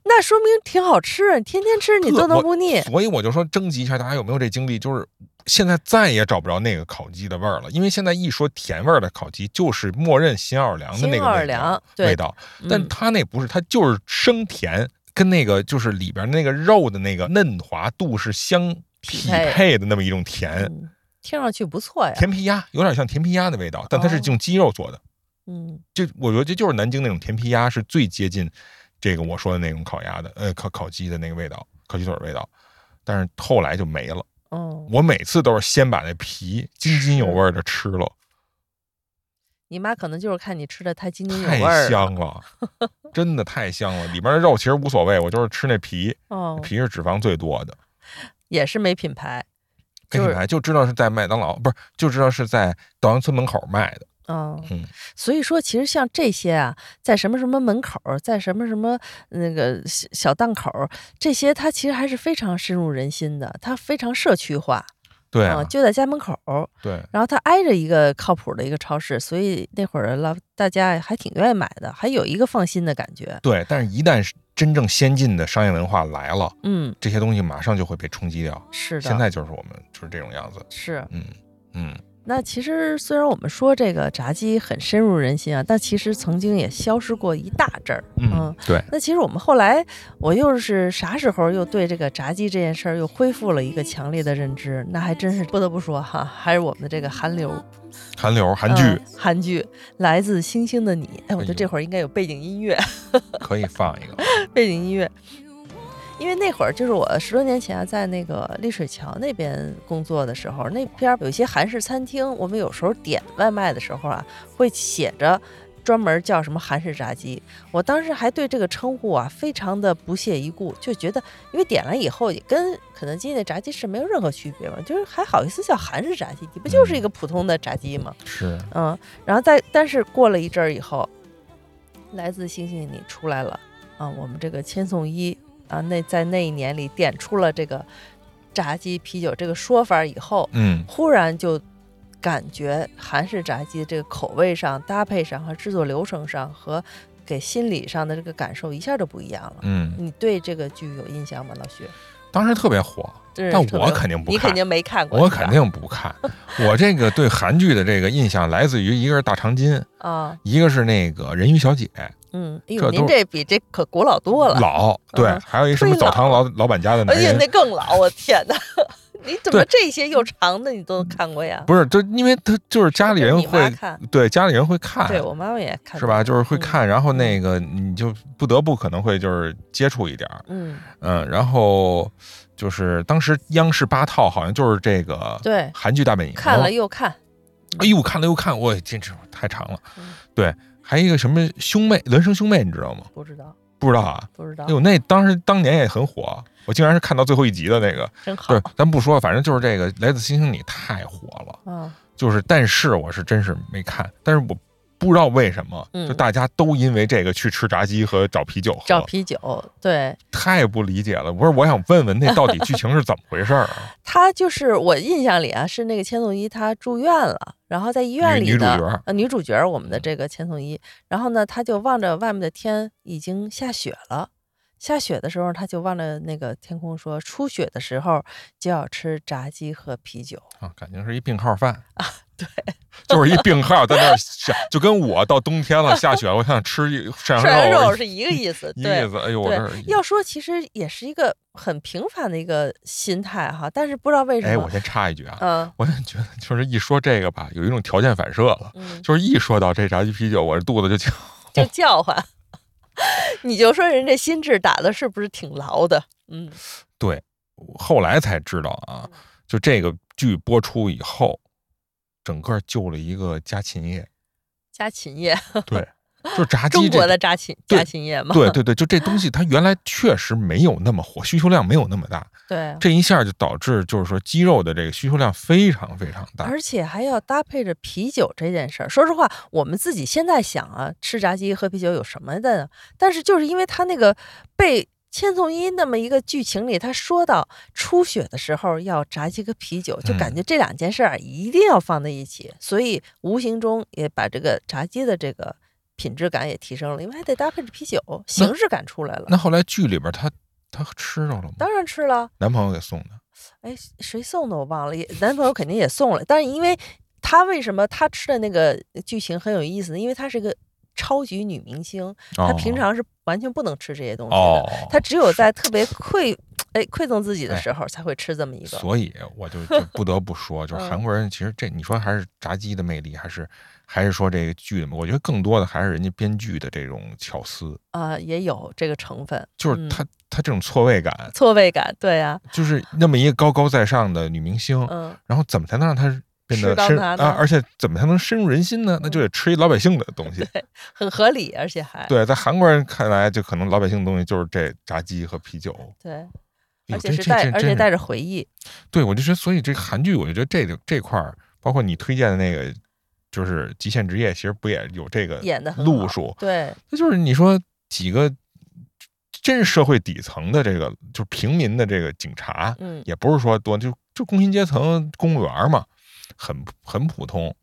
那说明挺好吃，你天天吃你
特
都能
我
不腻。
所以我就说征集一下大家有没有这经历，就是现在再也找不着那个烤鸡的味儿了，因为现在一说甜味儿的烤鸡，就是默认新奥尔良的
新
那个味
奥尔
道
良对
味道，但
嗯
它那不是，它就是生甜，跟那个就是里边那个肉的那个嫩滑度是相匹
配
配的那么一种甜，
嗯听上去不错呀。
甜皮鸭有点像甜皮鸭的味道，但它
哦
是用鸡肉做的。
嗯，
就我觉得这就是南京那种甜皮鸭是最接近这个我说的那种烤鸭的，呃，烤烤鸡的那个味道，烤鸡腿儿味道。但是后来就没了。
哦，
我每次都是先把那皮津津有味儿的吃了，
你妈可能就是看你吃的太津津有味
太
儿了。
香了，真的太香了。里边的肉其实无所谓，我就是吃那皮，
哦，
皮是脂肪最多的。
也是没品牌。
那
就是
品牌就知道是在麦当劳，不是就知道是在稻香村门口卖的。
嗯
嗯，
所以说，其实像这些啊，在什么什么门口儿，在什么什么呃那个小小档口儿，这些它其实还是非常深入人心的，它非常社区化
对
啊、
啊，
就在家门口儿，
对，
然后它挨着一个靠谱的一个超市，所以那会儿老大家还挺愿意买的，还有一个放心的感觉。
对。但是，一旦是真正先进的商业文化来了，
嗯，
这些东西马上就会被冲击掉。
是的，
现在就是我们就是这种样子。
是
嗯嗯，
那其实虽然我们说这个炸鸡很深入人心啊，但其实曾经也消失过一大阵儿。嗯，
对，
那其实我们后来，我又是啥时候又对这个炸鸡这件事儿又恢复了一个强烈的认知？那还真是不得不说哈，还是我们的这个韩流
韩流、韩剧
嗯韩剧《来自星星的你》。哎，我觉得
哎呦
这会儿应该有背景音乐，
可以放一个。
[LAUGHS] 背景音乐。因为那会儿就是我十多年前啊在那个丽水桥那边工作的时候，那边儿有一些韩式餐厅，我们有时候点外卖的时候啊，会写着专门叫什么韩式炸鸡。我当时还对这个称呼啊非常的不屑一顾，就觉得因为点了以后也跟肯德基那炸鸡是没有任何区别嘛，就是还好意思叫韩式炸鸡，你不就是一个普通的炸鸡吗？
是，
嗯，然后再但是过了一阵儿以后，来自星星的你出来了啊，我们这个千颂伊啊，那在那一年里点出了这个炸鸡啤酒这个说法以后，
嗯，
忽然就感觉韩式炸鸡这个口味上、搭配上和制作流程上和给心理上的这个感受一下就不一样了。
嗯，
你对这个剧有印象吗，老徐？
当时特别火，
真是
但
特
我
别
肯定不
你肯
看
定没看过，
我
是吧
肯定不看。我这个对韩剧的这个印象来自于一个是大长今，
啊，
一个是那个人鱼小姐，
嗯，哎呦，
这
您
都
这比这可古老多了，
老对
嗯，
还有一什么
忒
澡堂老老板家的
哎
男
呀，
人
那，更老，我天哪！你怎么
对
这些又长的你都看过呀？
不是，就因为他就是家里人
你妈
会
看，
对家里人会看，
对我妈妈也看，
是吧？？就是会
嗯
看，然后那个你就不得不可能会就是接触一点儿，
嗯，
嗯，然后就是当时央视八套好像就是这个
对，
韩剧大本营哦
看了又看，
哎呦，看了又看，我天，这太长了
嗯。
对，还有一个什么兄妹，孪生兄妹，你知道吗？
不知道，
不知道啊？
不知道
哎，呦，那当时当年也很火，我竟然是看到最后一集的那个。
真好
对，咱不说，反正就是这个《来自星星你》太火了，
啊！
就是，但是我是真是没看，但是我不知道为什么，
嗯
就大家都因为这个去吃炸鸡和找啤酒喝，
找啤酒，对
太不理解了。不是，我想问问那到底剧情是怎么回事儿啊？
他就是我印象里啊，是那个千颂伊她住院了，然后在医院
女
里
女主
呢，
角
呃，女主角我们的这个千颂伊，然后呢，她就望着外面的天，已经下雪了。下雪的时候，她就望着那个天空说：“初雪的时候就要吃炸鸡和啤酒。”
啊，感情是一病号犯啊，对，就是一病号在那儿想，就跟我到冬天了下雪了，我想吃一涮
涮
羊
羊肉
肉
是一个意思，
一个
对
意思。哎呦，我
对
这。
要说其实也是一个很平凡的一个心态哈，但是不知道为什
哎，
么
我，先插一句啊，
嗯
我也觉得就是一说这个吧，有一种条件反射了，
嗯，
就是一说到这炸鸡啤酒，我这肚子就叫。
就叫唤， [LAUGHS] 你就说人这心智打的是不是挺牢的？嗯，
后来才知道啊，就这个剧播出以后，整个救了一个家禽业，
[LAUGHS] 家禽业，
对，就是炸
中
鸡这
国
个。
的家禽
对
家禽业嘛，
对对对，就这东西，它原来确实没有那么火，需求量没有那么大，
对，啊
这一下就导致就是说鸡肉的这个需求量非常非常大。
而且还要搭配着啤酒这件事儿。说实话，我们自己现在想啊，吃炸鸡喝啤酒有什么的呢？但是就是因为他那个被千颂伊那么一个剧情里，他说到初雪的时候要炸鸡和啤酒，就
嗯
感觉这两件事儿啊一定要放在一起，所以无形中也把这个炸鸡的这个品质感也提升了，因为还得搭配着啤酒，形式感出来了。
那后来剧里边他他吃着了吗？
当然吃了，
男朋友给送的。
哎，谁送的我忘了，也男朋友肯定也送了。但是因为他为什么他吃的那个剧情很有意思呢？因为他是个超级女明星，她平常是完全不能吃这些东西的，
哦，
她只有在特别愧哎馈纵自己的时候才会吃这么一个。
所以我就就不得
[LAUGHS]
不说，就是
嗯
韩国人其实这你说还是炸鸡的魅力，还是还是说这个剧的魅力，我觉得更多的还是人家编剧的这种巧思，
啊、也有这个成分，
就是
嗯
他、他这种错位感，
错位感，对呀、
就是那么一个高高在上的女明星，
嗯，
然后怎么才能让她变
吃
得
到
深
她呢
啊？而且怎么才能深入人心呢？那就得吃一老百姓的东西。
很合理，而且还
对，在韩国人看来，就可能老百姓的东西就是这炸鸡和啤酒，
对
哎呦
而且
这
是
这
带
这
而
真
且
是
带着回忆，
对，我就觉得，所以这个韩剧，我就觉得这个这块儿，包括你推荐的那个，就是《极限职业》，其实不也有这个
演得很
路
好
数？
对，
那就是你说几个真是社会底层的这个，就是平民的这个警察，
嗯，
也不是说多，就就工薪阶层公务员嘛，很很普通，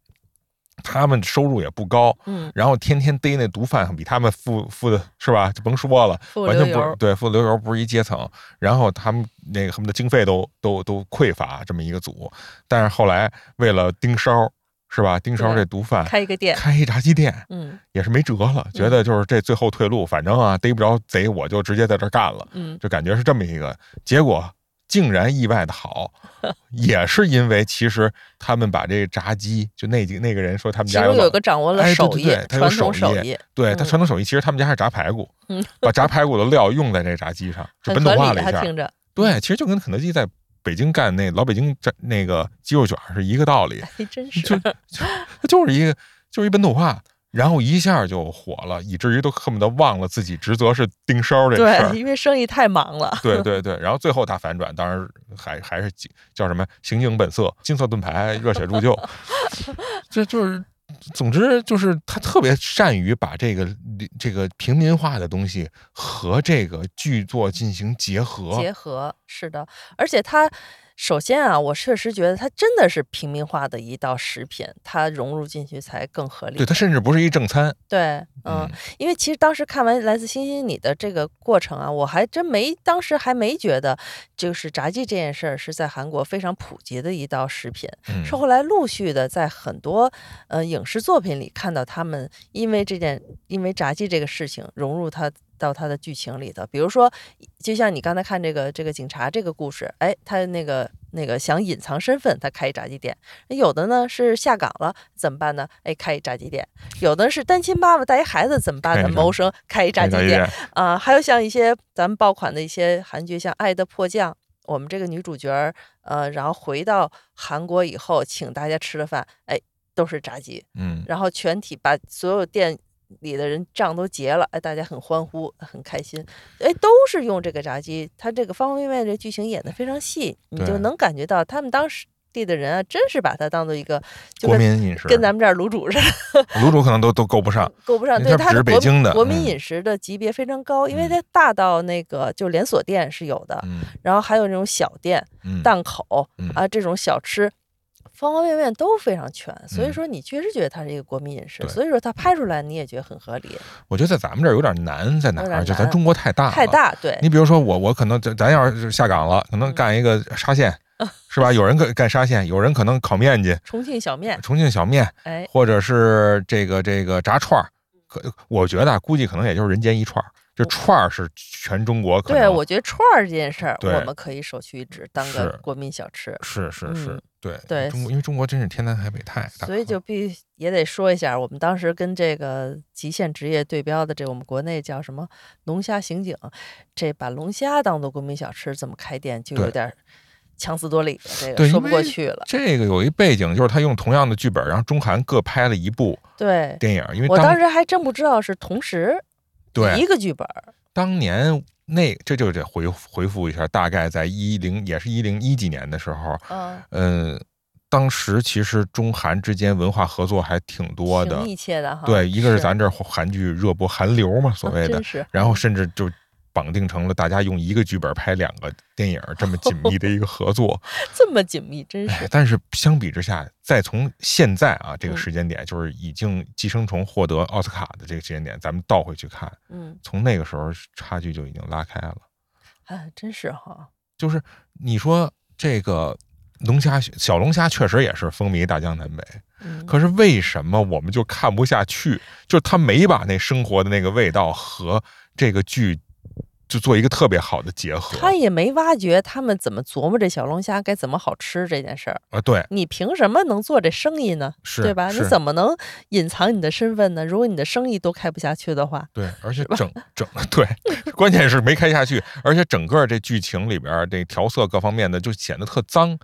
他们收入也不高。
嗯，
然后天天逮那毒贩，比他们富富的是吧？就甭说了，
富
完
流
全不是
油，
对，富流油不是一阶层。然后他们那个他们的经费都都都匮乏这么一个组，但是后来为了盯梢，是吧？盯梢
对
这毒贩
开一个店，
开一炸鸡店
嗯
也是没辙了，觉得就是这最后退路，反正啊逮不着贼，我就直接在这儿干了，
嗯，
就感觉是这么一个结果。竟然意外
[LAUGHS]
的好，也是因为其实他们把这炸鸡，就那几那个人说他们
其
家
中有
老
一个掌握了
哎对
手
对
艺，
对他有
传统
手艺
艺，
对他
嗯
传统手艺，其实他们家是炸排骨，
嗯
把炸排骨的料用在这炸鸡上，就
很
本土
合
化
理，
了一
还
下。
听着，
对，其实就跟肯德基在北京干那老北京炸那个鸡肉卷儿是一个
[LAUGHS]
道理，
哎，
[LAUGHS]
真是
就就它就是一个就是一本土化，然后一下就火了，以至于都恨不得忘了自己职责是盯梢这事
对，
儿。
因为生意太忙
[LAUGHS]
了，
对对对，然后最后大反转，当然还还是叫什么“刑警本色”、“金色盾牌”、“热血
[LAUGHS]
铸就”，这就是，总之就是他特别善于把这个这个平民化的东西和这个剧作进行结合。
结合是的，而且它首先啊，我确实觉得它真的是平民化的一道食品，它融入进去才更合理
对，。它甚至不是一正餐。
对，嗯，因为其实当时看完《来自星星你》的这个过程啊，我还真没，当时还没觉得就是炸鸡这件事儿是在韩国非常普及的一道食品，
嗯，
是后来陆续的在很多呃影视作品里看到他们因为这件，因为炸鸡这个事情融入它到它的剧情里头。比如说，就像你刚才看这个这个警察这个故事，哎，他那个那个想隐藏身份，他开一炸鸡店；有的呢是下岗了怎么办呢？哎，开一炸鸡店；有的是单亲妈妈带一孩子怎么办
开一
呢？
炸
谋生开一炸
这
鸡
个有
店。
点
啊、还有像一些咱们爆款的一些韩剧，像《爱的迫降》，我们这个女主角儿，呃，然后回到韩国以后，请大家吃了饭，哎，都是炸鸡，
嗯，
然后全体把所有店里的人账都结了，哎，大家很欢呼，很开心，哎，都是用这个炸鸡，它这个方方面面这剧情演得非常细，你就
对
能感觉到他们当时地的人啊，真是把它当做一个就
国
跟
民饮食
跟咱们这儿卤煮似的。
卤煮可能都都够
[LAUGHS]
不上。
够不上，
因为
对
它
它
只是北
国
京的
国民
嗯
饮食的级别非常高，因为
嗯
它大到那个就连锁店是有的，
嗯
然后还有那种小店、
嗯，
档口
嗯
啊这种小吃，方方面面都非常全，所以
嗯
说你确实觉得它是一个国民饮食，
对
所以说它拍出来你也觉得很合理，
我觉得在咱们这儿有点难，在哪
有点
儿？就咱
难
中国太大了，
太大对
你比如说我，我可能咱咱要是下岗了，可能
嗯
干一个沙
[LAUGHS]
县，是吧？有人干干沙县，有人可能烤面筋，
重庆小面，
重庆小面，
哎，
或者是这个这个炸串儿。可我觉得啊，估计可能也就是人间一串儿，这串儿是全中国可能
对我觉得串儿这件事儿，
对
我们可以首屈一指，当
是
个国民小吃。
是是是
嗯，
对
对
中国因为中国真是天南海北太大了，
所以就必须也得说一下，我们当时跟这个极限职业对标的这我们国内叫什么龙虾刑警，这把龙虾当做国民小吃这么开店，就有
对
点强词夺理了，这个
对
说
因
不过
为
去了。
这个有一背景，就是他用同样的剧本，然后中韩各拍了一部
对
电影，因为
我
当
当时还真不知道是同时
对
一个剧本儿，
当年那这就得回回复一下，大概在一零也是一零一几年的时候，
嗯，
嗯，当时其实中韩之间文化合作还挺多
挺
的，
密切的哈。
对，一个是
啊
咱这儿韩剧热播韩流嘛，所谓的
真，是
然后甚至就绑定成了大家用一个剧本拍两个电影这么紧密的一个合作。
这么紧密，真
哎 [LAUGHS]
是，
但是相比之下，再从现在啊这个
嗯
时间点，就是已经《寄生虫》获得奥斯卡的这个时间点，咱们倒回去看，
嗯，
从那个时候差距就已经拉开了。
啊，真是哈，
就是你说这个龙虾小龙虾确实也是风靡大江南北，
嗯，
可是为什么我们就看不下去？就是他没把那生活的那个味道和这个剧就做一个特别好的结合
他也没挖掘他们怎么琢磨这小龙虾该怎么好吃这件事儿。
啊？对，
你凭什么能做这生意呢？
是
对吧？你
是
怎么能隐藏你的身份呢？如果你的生意都开不下去的话，
对，而且整整 [LAUGHS] 对，关键是没开下去，而且整个这剧情里边儿这调色各方面的就显得特脏，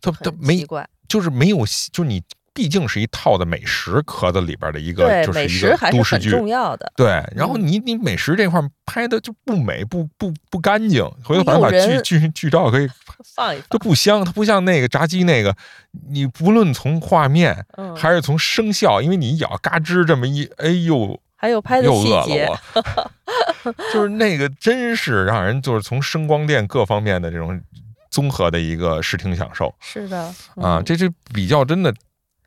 它它
很奇
没
怪。
就是没有戏，就是你毕竟是一套的美食壳子里边儿的一个
对，
就是
美
一
食
个
还
都
是
市
很
剧，
重要的。
对，然后
嗯
你你美食这块儿拍的就不美不不不干净，回头咱
有
把剧
人
剧剧照可以，
放一放
它，不香，它不像那个炸鸡那个，你不论从画面
嗯，
还是从声效，因为你一咬嘎吱这么一，哎呦，
还有拍的
又
细
饿
节，
了我，
[LAUGHS]
就是那个真是让人就是从声光电各方面的这种综合的一个视听享受
是的
啊，
嗯
这这比较真的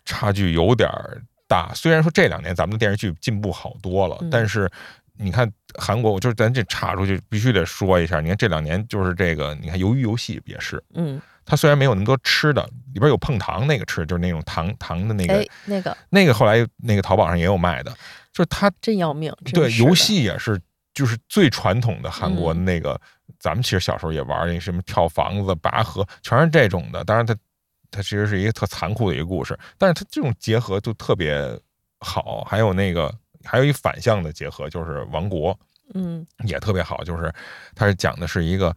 差距有点儿大。虽然说这两年咱们的电视剧进步好多了
嗯，
但是你看韩国，我就是咱这岔出去必须得说一下，你看这两年就是这个，你看《鱿鱼游戏》也是。
嗯，
它虽然没有那么多吃的，里边有碰糖那个吃，就是那种糖糖的那个，
哎，那个
那个后来那个淘宝上也有卖的，就是它
真要命，真
对，
是
游
的嗯
戏也是，就是最传统的韩国那个，咱们其实小时候也玩儿那什么跳房子、拔河，全是这种的。当然它，它其实是一个特残酷的一个故事，但是它这种结合就特别好。还有那个，还有一反向的结合，就是《王国
嗯》
也特别好，就是它是讲的是一个。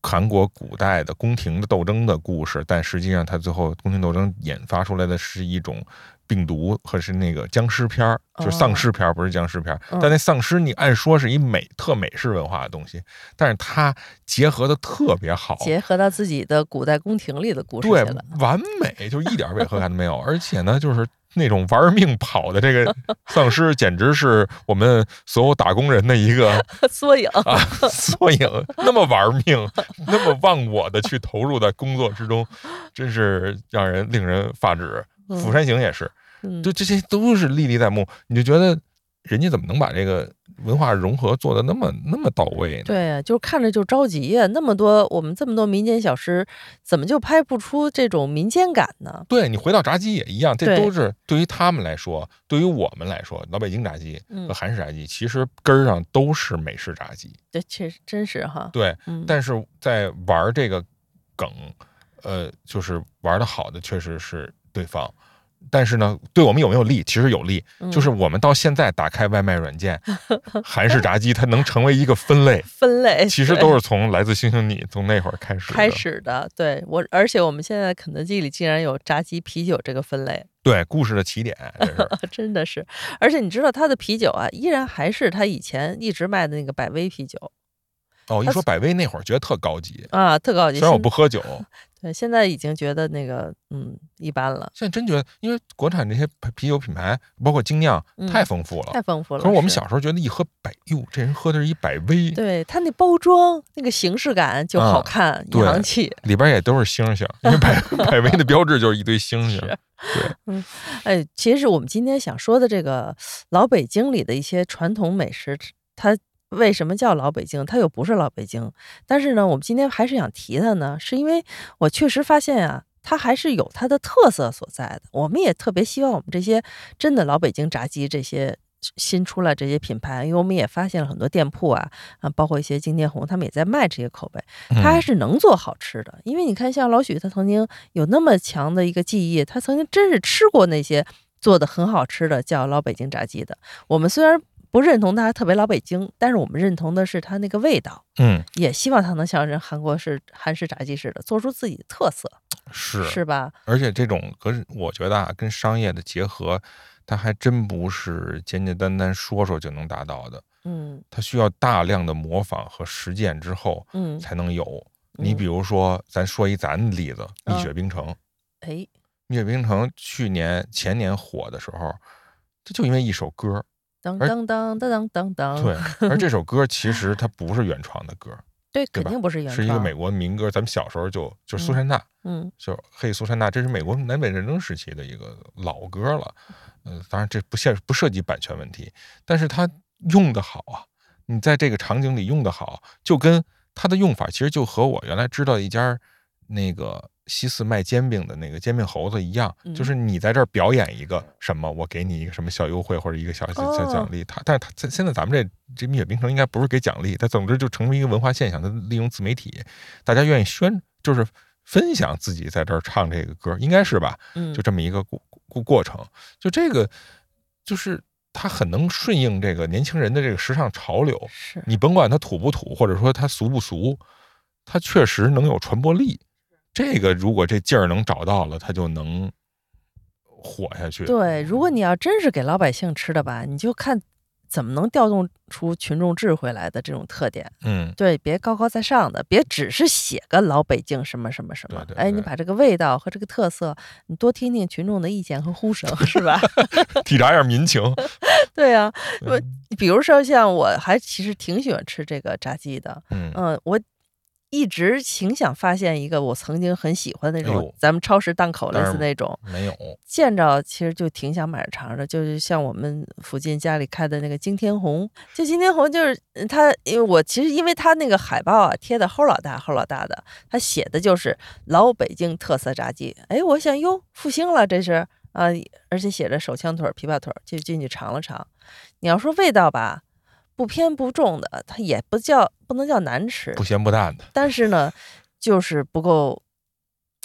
韩国古代的宫廷的斗争的故事，但实际上它最后宫廷斗争引发出来的是一种病毒，和是那个僵尸片儿，就是丧
哦
尸片儿，不是僵尸片儿。
嗯
但那丧尸你按说是一美特美式文化的东西，但是它结合的特别好，
结合到自己的古代宫廷里的故事
哦对
去了，， [LAUGHS]
完美，就是一点违和感都没有。而且呢，就是那种玩命跑的这个丧尸，简直是我们所有打工人的一个
缩影。
啊 [LAUGHS] 缩影。那么玩命，那么忘我的去投入在工作
[LAUGHS]
之中，真是让人令人发指。《釜
嗯
山行》也是，
嗯
就这些都是历历在目，你就觉得人家怎么能把这个文化融合做的那么那么到位呢？
对呀，就是看着就着急呀！那么多我们这么多民间小吃，怎么就拍不出这种民间感呢？
对你回到炸鸡也一样，这
对
都是对于他们来说，对于我们来说，老北京炸鸡
嗯
和，韩式炸鸡其实根儿上都是美式炸鸡。
这确实真是哈。
对，
嗯，
但是在玩这个梗，呃，就是玩的好的确实是对方，但是呢，对我们有没有利？其实有利，
嗯
就是我们到现在打开外卖软件，韩式炸鸡它能成为一个
[LAUGHS]
分类，
分类
其实
对
都是从《来自星星你》从那会儿开始的
开始的。对我，而且我们现在肯德基里竟然有炸鸡、啤酒这个分类， [LAUGHS]
对故事的起点，这是
真的是。而且你知道它的啤酒啊，依然还是它以前一直卖的那个百威啤酒
哦。一
它
说百威那会儿觉得特高级，
啊，特高级。
虽然我
现
不喝酒，
对，现在已经觉得那个嗯一般了，
现在真觉得，因为国产这些啤酒品牌，包括精酿，
嗯
太丰富了。
太丰富了。
可是我们
是
小时候觉得一喝百，哟，这人喝的是一百威，
对它那包装那个形式感就好
啊
看、
对
洋气。
里边也都是星星，因为
[LAUGHS]
百百威的标志就是一堆星星。
哎，其实我们今天想说的这个老北京里的一些传统美食，它为什么叫老北京？它又不是老北京。但是呢，我们今天还是想提它呢，是因为我确实发现啊，它还是有它的特色所在的。我们也特别希望我们这些真的老北京炸鸡这些。新出来这些品牌，因为我们也发现了很多店铺啊，啊，包括一些金天红，他们也在卖这些口味。他还
嗯
是能做好吃的。因为你看，像老许，他曾经有那么强的一个记忆，他曾经真是吃过那些做的很好吃的叫老北京炸鸡的。我们虽然不认同它特别老北京，但是我们认同的是它那个味道，
嗯，
也希望它能像人韩国式韩式炸鸡似的，做出自己的特色，
是
是吧？
而且这种可是我觉得啊，跟商业的结合，它还真不是简简单单说说就能达到的，
嗯
它需要大量的模仿和实践之后
嗯，
才能有。你
嗯
比如说，咱说一咱的例子，
嗯
蜜雪冰城。
哎，
蜜雪冰城去年前年火的时候，这就因为一首歌，
噔
而
噔噔噔噔噔噔， [LAUGHS]
对，而这首歌其实它不是原创的歌，
对，
对
肯
吧
定不是原创，
是一个美国民歌。咱们小时候就就是苏珊娜，
嗯，
就是嘿苏珊娜，这是美国南北战争时期的一个老歌了。呃，当然这不现不涉及版权问题，但是它用的好啊，你在这个场景里用的好，就跟它的用法其实就和我原来知道一家儿那个西四卖煎饼的那个煎饼猴子一样，
嗯
就是你在这儿表演一个什么，我给你一个什么小优惠或者一个小小小
哦
奖励。它，但是它现现在咱们这这蜜雪冰城应该不是给奖励，它总之就成为一个文化现象，它利用自媒体，大家愿意宣就是。分享自己在这儿唱这个歌，应该是吧？
嗯
就这么一个过过过程。就这个，就是它很能顺应这个年轻人的这个时尚潮流。
是
你甭管它土不土，或者说它俗不俗，它确实能有传播力。这个如果这劲儿能找到了，它就能火下去。
对。如果你要真是给老百姓吃的吧，你就看怎么能调动出群众智慧来的这种特点。 [LAUGHS]
嗯，
对，别高高在上的，别只是写个老北京什么什么什么。
对对
哎，你
对
把这个味道和这个特色，你多听听群众的意见和呼声，是吧？ [LAUGHS]
体察一下民情。
对啊，我
嗯
比如说像我还其实挺喜欢吃这个炸鸡的，
嗯
嗯，我一直挺想发现一个我曾经很喜欢的那
哎
种
呦，
咱们超市档口类
当
似
然
那种，
没有。
见着其实就挺想买着尝着，就是像我们附近家里开的那个惊天红，就惊天红就是嗯它，因为我其实因为它那个海报啊贴的齁老大齁老大的，它写的就是老北京特色炸鸡，哎，我想哟复兴了这是啊、而且写着手枪腿儿、琵琶腿儿，就进去尝了尝。你要说味道吧，不偏不重的，它也不叫不能叫难吃
不，咸不淡的，
但是呢，就是不够。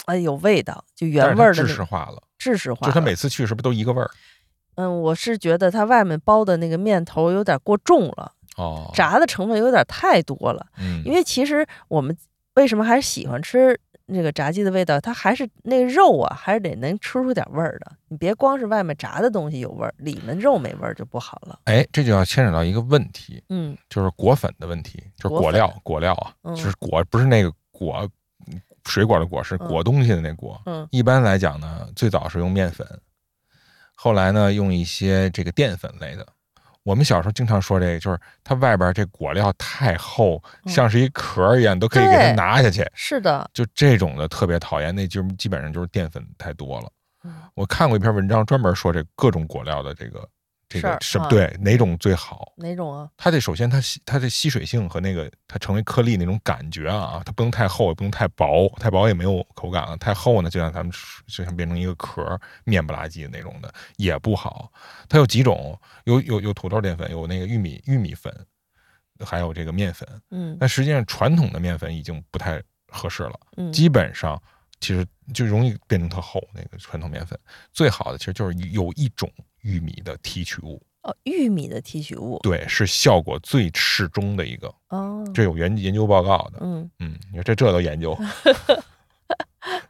哎，有味道，就
但
原
是
味
它
儿的
制
那
式化了，
制式化
就
了。
它每次去是不是都一个味儿？
嗯，我是觉得它外面包的那个面头有点过重了，
哦，，
炸的成分有点太多了。
嗯，
因为其实我们为什么还是喜欢吃那个炸鸡的味道，它还是那个肉啊，还是得能吃出点味儿的。你别光是外面炸的东西有味儿，里面肉没味儿就不好了。
哎，这就要牵扯到一个问题，
嗯，
就是果粉的问题，就是
果
果料
粉
果料啊，
嗯
就是果不是那个果水果的果，是
嗯
果东西的那果。
嗯
一般来讲呢，最早是用面粉，后来呢用一些这个淀粉类的。我们小时候经常说这个，就是它外边这果料太厚，
嗯
像是一壳儿一样，都可以给它
对
拿下去。
是的，
就这种的特别讨厌，那就基本上就是淀粉太多了
嗯。
我看过一篇文章，专门说这各种果料的这个这
事
个
儿
什么
啊
对哪种最好。
哪种啊？
它得首先它吸它的吸水性和那个它成为颗粒那种感觉啊，它不能太厚，也不能太薄，太薄也没有口感啊了，太厚呢就像咱们说就像变成一个壳儿面不拉几的那种的也不好。它有几种，有有有土豆淀粉，有那个玉米玉米粉，还有这个面粉。
嗯
但实际上传统的面粉已经不太合适了，
嗯，
基本上其实就容易变成特厚那个传统面粉。最好的其实就是有一种玉米的提取物，
哦，玉米的提取物
对，是效果最适中的一个。
哦，
这有研研究报告的，
嗯
嗯，你说这这都研究。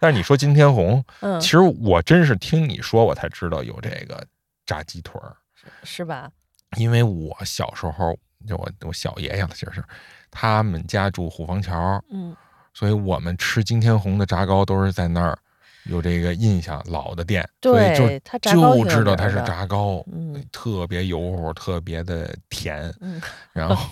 但是你说金天红，
嗯
其，实我真是听你说我才知道有这个炸鸡腿儿，
是吧？
因为我小时候就我我小爷爷了，其实是他们家住虎坊桥，
嗯，
所以我们吃金天红的炸糕都是在那儿有这个印象，老的店，所以就
对，它炸糕
就
挺有
知道
名
它
儿
是
的，
炸糕，
嗯
特别油乎，特别的
[LAUGHS]
甜，
嗯
然后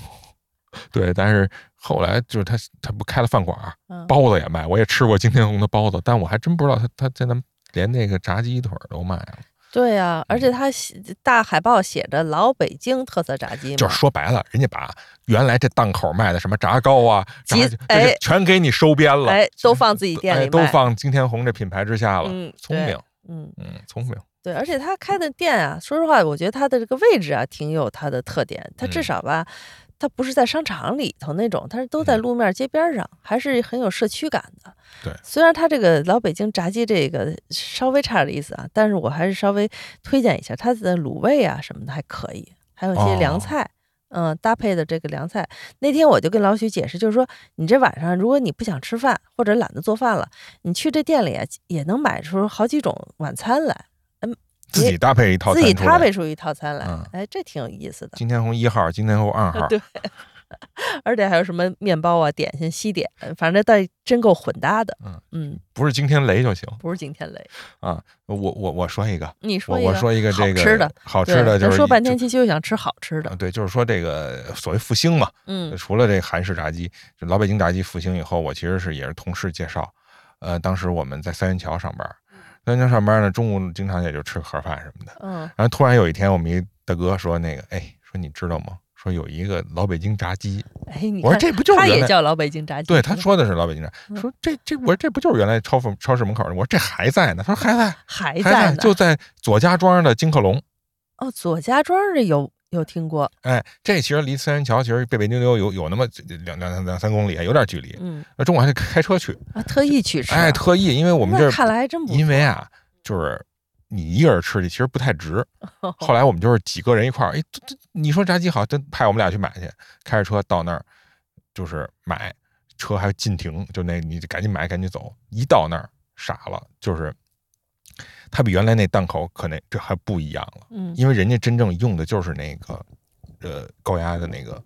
对，但是后来就是他他不开了饭馆儿，
嗯，
包子也卖，我也吃过金天红的包子，但我还真不知道他他现在连那个炸鸡腿儿都卖了。
对呀、而
嗯
且它写大海报写着“老北京特色炸鸡”嘛，
就是说白了，人家把原来这档口卖的什么炸糕啊、炸
鸡
鸡
哎
这就全给你收编了，
哎，都放自己店里
哎
卖，
都放金天红这品牌之下了。
嗯
聪
对
明，
嗯，
嗯，聪明。
对，而且他开的店啊，说实话，我觉得他的这个位置啊，挺有他的特点，他至
嗯
少吧。它不是在商场里头那种，它是都在
嗯
路面街边儿上，还是很有社区感的。
对
虽然它这个老北京炸鸡这个稍微差点意思啊，但是我还是稍微推荐一下它的卤味啊什么的还可以，还有一些凉
哦
菜，嗯，搭配的这个凉菜。那天我就跟老许解释，就是说你这晚上如果你不想吃饭或者懒得做饭了，你去这店里啊也能买出好几种晚餐来，
自己搭配一套
自
餐
己
出来，
搭配出一套餐来
嗯，
哎，这挺有意思的。
金天红一号、金天红二号，
对 [LAUGHS] 而且还有什么面包啊、点心、西点，反正倒真够混搭的。
嗯
嗯，
不是惊天雷就行
不是惊天雷，
啊！我我我说一个，
你说
我
一个
我说一个这个
好吃的，
好
对
吃的
咱
就是
说半天，
就
其实就想吃好吃的
啊。对，就是说这个所谓复兴嘛，
嗯
除了这个韩式炸鸡，就老北京炸鸡复兴以后，我其实是也是同事介绍，呃，当时我们在三元桥上班，三元桥上班呢，中午经常也就吃盒饭什么的。
嗯，
然后突然有一天，我们一大哥说那个，哎，说你知道吗？说有一个老北京炸鸡，
哎，你
我说
看
这不就是
他
原
也
来
叫老北京炸鸡，
对，他说的是老北京炸
嗯，
说这这我说这不就是原来超市超市门口的？我说这还在呢，他说还在，
还
还
在呢。
就在左家庄的金客隆。
哦，左家庄这有有听过，
哎，这其实离三元桥其实北北京溜有有那么两两两两三公里，有点距离。
嗯
那中午还得开车去，
啊，特意去吃啊，
哎，特意，因为我们这
那
儿
看来还真不
因为啊，就是你一个人吃去，其实不
[LAUGHS]
太值。
错。
后来我们就是几个人一块儿，哎，这这你说炸鸡好，真派我们俩去买去，开着车到那儿就是买，车还禁停，就那你就赶紧买，赶紧走。一到那儿傻了，就是它比原来那档口可能这还不一样了，
嗯，
因为人家真正用的就是那个呃高压的那个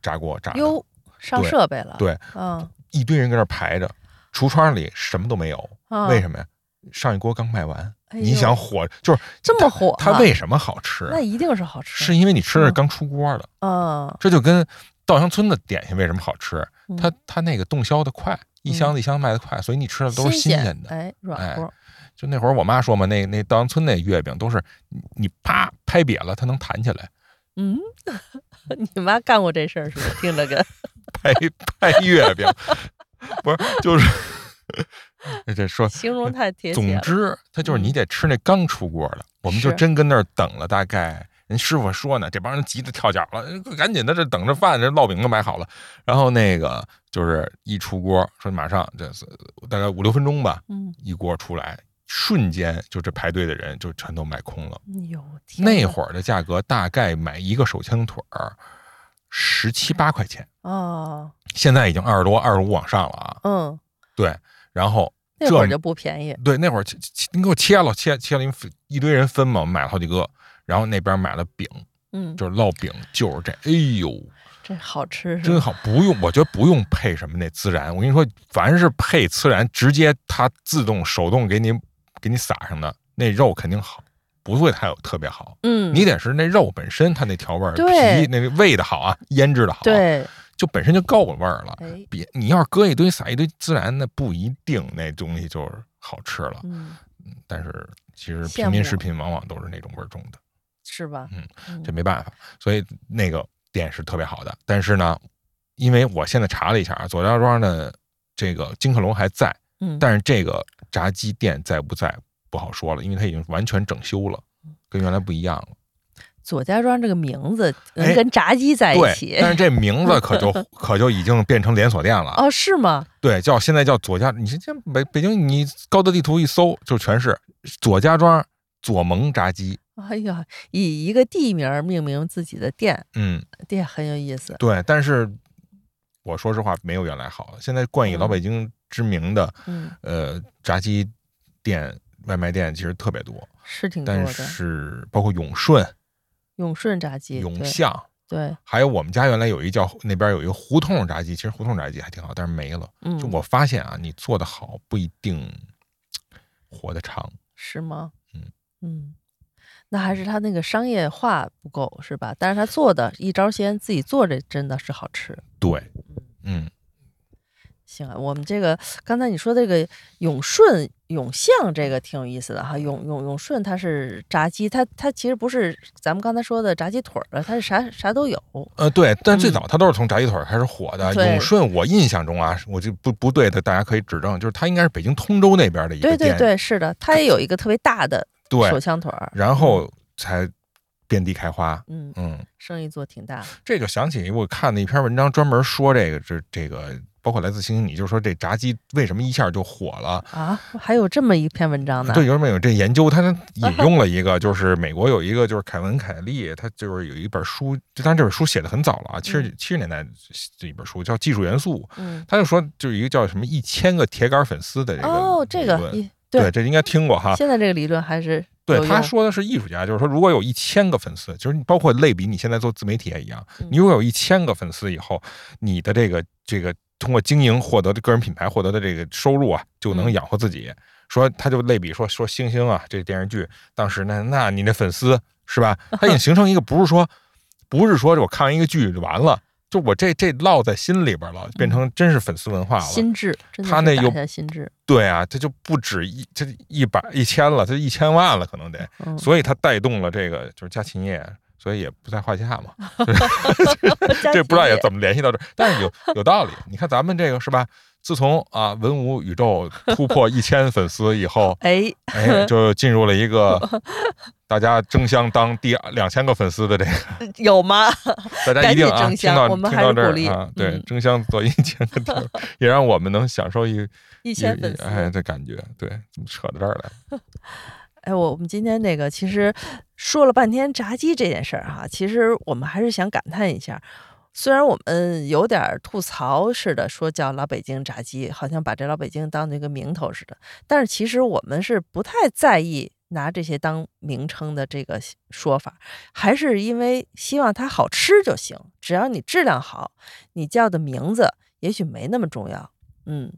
炸锅炸的，
哟，上
对
设备了，
对，
嗯
一堆人搁那儿排着，橱窗里什么都没有，
啊，
为什么呀？上一锅刚卖完，
哎
你
呦
想火就是
这么火
它
啊
为什么好吃啊？
那一定是好吃，
是因为你吃的是
嗯
刚出锅的，
嗯，
这就跟稻香村的点心为什么好吃？
嗯
它它那个冻销的快，一箱子一箱子卖的快，所以你吃的都是新鲜的。
哎，软
哎
乎，
就那会儿我妈说嘛，那那稻香村那月饼都是你你啪拍瘪了，它能弹起来，
嗯， [LAUGHS] 你妈干过这事儿是吧？听着
[LAUGHS]
跟
拍拍月饼，不是就是 [LAUGHS] 这说。
形容太贴切
总
了，
之，它就是你得吃那刚出锅的，我们就是真跟那儿等了大概。人师傅说呢，这帮人急得跳脚了，哎赶紧的，这等着饭，这烙饼都买好了。然后那个就是一出锅，说马上这是大概五六分钟吧，
嗯，
一锅出来，瞬间就这排队的人就全都买空了。
哎呦天
那
哪
会儿的价格大概买一个手枪腿儿十七八块钱，
哦，
现在已经二十多、二十五往上了啊。
嗯，
对，然后
那会儿
这
就不便宜，
对，那会儿切切你给我切了，切切了一份一堆人分嘛，我们买了好几个。然后那边买了饼，
嗯，
就是烙饼，就是这，哎呦，
这好吃是吧
真好！不用，我觉得不用配什么那孜然。我跟你说，凡是配孜然，直接它自动手动给你给你撒上的，那肉肯定好，不会太有特别好。
嗯，
你得是那肉本身它那调味儿，
对
皮那个煨的好啊，腌制的好，，
对，
就本身就够味儿了。
哎，
别，你要是搁一堆撒一堆孜然，那不一定那东西就是好吃了。
嗯，
但是其实
羡
平民
慕
食品往往都是那种味儿重的，
是吧？
嗯
嗯，
这没办法。所以那个店是特别好的，但是呢，因为我现在查了一下啊，左家庄的这个金客隆还在，
嗯，
但是这个炸鸡店在不在不好说了，因为它已经完全整修了，跟原来不一样了。
左家庄这个名字能
哎
跟炸鸡在一
对
起，，
但是这名
[LAUGHS]
字可就可就已经变成连锁店了。
哦，是吗？
对，叫现在叫左家，你这北北京你高德地图一搜就全是左家庄左盟炸鸡。
哎呀，以一个地名儿命名自己的店，
嗯，
这很有意思。
对，但是我说实话，没有原来好。现在冠以老
嗯
北京知名的、
嗯，
呃炸鸡店、外卖店其实特别多，
是挺多
但
的。
是包括永顺、
永顺炸鸡，
永
对
巷，
对，
还有我们家原来有一叫那边有一个胡同炸鸡，其实胡同炸鸡还挺好，但是没了。
嗯，
就我发现啊，你做的好不一定活得长。
是吗？
嗯
嗯那还是他那个商业化不够是吧？但是他做的一招鲜，自己做这真的是好吃。
对，嗯，
行啊，我们这个刚才你说这个永顺永巷这个挺有意思的哈，永永永顺它是炸鸡，它它其实不是咱们刚才说的炸鸡腿儿了，它是啥啥都有。
呃，对，但最
嗯
早它都是从炸鸡腿儿开始火的。
对
永顺，我印象中啊，我就不不对的，大家可以指正，就是它应该是北京通州那边的一
对
个
对
店，
对，是的，它也有一个特别大的
对
手枪腿儿，
然后才遍地开花。
嗯，
嗯，
生意做挺大。
这就想起我看了一篇文章，专门说这个这这个，包括来自星星你，就说这炸鸡为什么一下就火了。
啊，还有这么一篇文章呢？
对，有没有这
[LAUGHS]
研究？他引用了一个，就是美国有一个就是凯文凯利，他就是有一本书，就当然这本书写的很早了啊，七十七十年代这一本书叫《技术元素》，
嗯，
他就说就是一个叫什么一千个铁杆粉丝的这个
哦，这
理
个
论
一嗯
对，这应该听过哈。
现在这个理论还是
啊对
有，
他
用
说的是艺术家，就是说，如果有一千个粉丝，就是你包括类比你现在做自媒体也一样
嗯，
你如果有一千个粉丝以后，你的这个这个通过经营获得的个人品牌获得的这个收入啊，就能
嗯
养活自己。说他就类比说说星星啊，这电视剧当时那那你那粉丝是吧？他已经形成一个不是说不是说我看完一个剧就完了，就我这这烙在心里边了，变成真是粉丝文化了。
嗯心智，真的
他
是
那
打
有
下心智，
对啊，这就不止一这一百一千了，这一千万了，可能得。
嗯，
所以它带动了这个就是家禽业，所以也不在话下嘛。这不知道也怎么联系到这儿，但是有有道理。你看咱们这个是吧？自从啊文武宇宙突破一千粉丝以后，
哎，
哎，就进入了一
[LAUGHS]
个大家争相当第两千个粉丝的这个，
有吗？
大家一定啊
赶紧争
听
相
到
我们
听
还
到
是
这
鼓励
儿啊，对，
嗯
争相做一千个地儿，也让我们能享受一
一
一
千粉丝，
哎的感觉。对，怎么扯到这儿来了？
哎，我我们今天这个其实说了半天炸鸡这件事儿、哈，其实我们还是想感叹一下。虽然我们有点儿吐槽似的说叫老北京炸鸡，好像把这老北京当那个名头似的，但是其实我们是不太在意拿这些当名称的这个说法，还是因为希望它好吃就行，只要你质量好，你叫的名字也许没那么重要。嗯，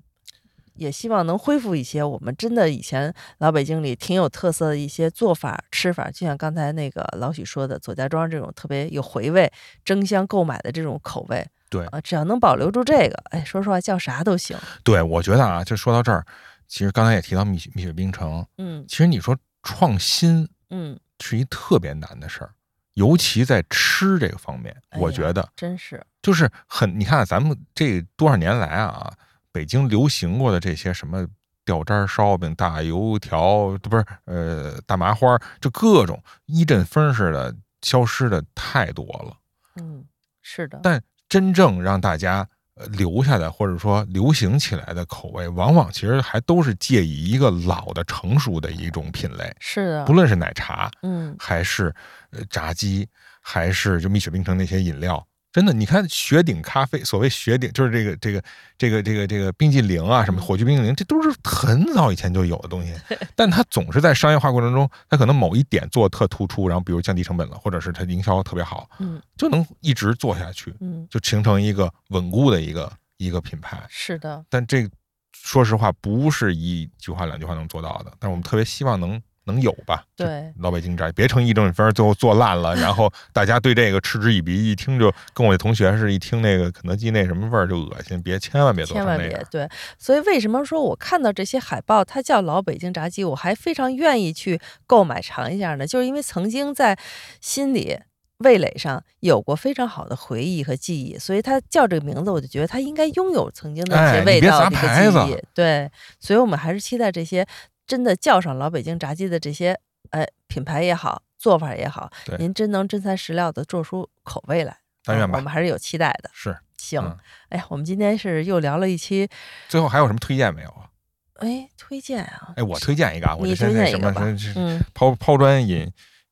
也希望能恢复一些我们真的以前老北京里挺有特色的一些做法、吃法，就像刚才那个老许说的，左家庄这种特别有回味、争相购买的这种口味。
对
啊，只要能保留住这个，哎，说实话叫啥都行。
对，我觉得啊，就说到这儿，其实刚才也提到蜜雪蜜雪冰城，
嗯
其实你说创新
嗯，
是一特别难的事儿，尤其在吃这个方面，
哎呀
我觉得
真是
就是很，你看啊咱们这多少年来啊，北京流行过的这些什么吊渣烧饼、大油条，不是呃大麻花，就各种一阵风似的消失的太多了。
嗯是的，
但真正让大家呃留下的，或者说流行起来的口味，往往其实还都是介于一个老的成熟的一种品类，
是的
不，论是奶茶，
嗯
还是呃炸鸡，还是就蜜雪冰城那些饮料。真的，你看雪顶咖啡，所谓雪顶就是这个这个这个这个这个冰激凌啊，什么
嗯
火炬冰激凌，这都是很早以前就有的东西，但它总是在商业化过程中，它可能某一点做得特突出，然后比如降低成本了，或者是它营销特别好，
嗯
就能一直做下去，
嗯
就形成一个稳固的一个一个品牌。
是的，
但这说实话不是一句话两句话能做到的，但是我们特别希望能能有吧。就
对。
老北京炸鸡，别成一正分儿最后做烂了，然后大家对这个嗤之以鼻，一听就跟我那同学是一听那个肯德基那什么味儿就恶心，别千万别做
千
成
万
那
别
样。
对，所以为什么说我看到这些海报，它叫老北京炸鸡，我还非常愿意去购买尝一下呢？就是因为曾经在心里味蕾上有过非常好的回忆和记忆，所以它叫这个名字，我就觉得它应该拥有曾经的一
哎
些
你
味
别
道的
砸
一个
牌子
记忆。对，所以我们还是期待这些真的叫上老北京炸鸡的这些哎品牌也好。做法也好
对，
您真能真材实料的做出口味来，
但愿
嗯我
吧，
们还是有期待的。
是。
行，
嗯
哎呀，我们今天是又聊了一期，
最后还有什么推荐没有啊？
哎，推荐啊，
哎，我推荐一个啊，我
你
就先
推
那
荐
什
一个
么，
吧
先是
嗯，
抛抛砖引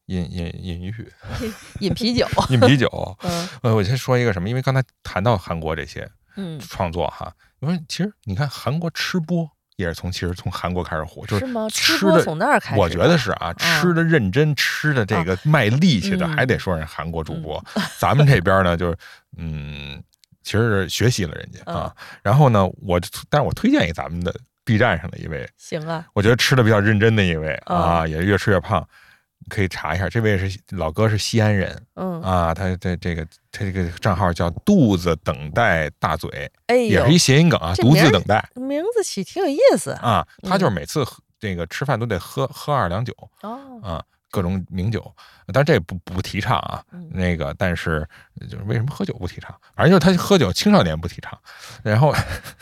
引引引玉 [LAUGHS]
饮啤酒，
引啤酒。
嗯
呃，我先说一个什么，因为刚才谈到韩国这些
嗯，
创作哈，因为其实你看韩国吃播也是从其实从韩国开始火，就是
吗？
吃
吃播
的
从那儿开始的，啊
我觉得是啊，吃的认真，吃的这个卖力气的，
嗯
还得说人韩国主播。咱们这边呢，就是嗯，其实是学习了人
嗯
家啊。然后呢，我但是我推荐给咱们的 B 站上的一位，
行啊，
我觉得吃的比较认真的一位
嗯
啊，也是越吃越胖。可以查一下，这位是老哥，是西安人
嗯，
啊，他这这个他这个账号叫肚子等待大嘴，
哎
也
呦
是一，谐音梗啊，
这
独
名
自
儿
等待
名字起挺有意思啊，
啊，他就是每次喝这个吃饭都得喝喝二两酒，
哦，
啊，各种名酒，但这不不提倡啊。
嗯
那个，但是就是为什么喝酒不提倡？反正就是他喝酒青少年不提倡，然后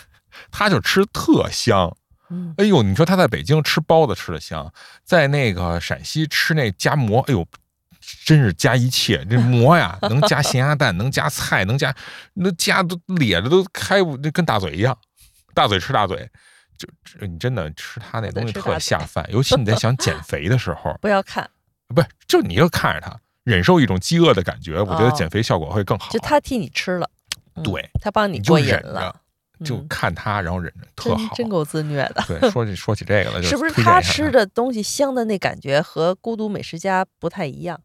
[LAUGHS] 他就吃特香。
嗯，
哎呦，你说他在北京吃包子吃的香，在那个陕西吃那夹馍，哎呦。真是加一切，这馍呀，能加咸鸭蛋，能加菜，能加，那加都咧着都开不，就跟大嘴一样，大嘴吃大嘴，就就你真的吃他那
大嘴
东西
吃大
特
嘴
下饭，尤其你在想减肥的时候，
不要看，
不是，就你就看着它，忍受一种饥饿的感觉，我觉得
哦
减肥效果会更好。
就他替你吃了，嗯
对，
他帮你
你就
过瘾
忍着
了，
就
嗯
看它，然后忍着特
真
好。
真够自虐
[LAUGHS]
的。
对，说起说起这个了，就是
不是
推荐
他
一下啊
吃的东西香的那感觉和孤独美食家不太一样？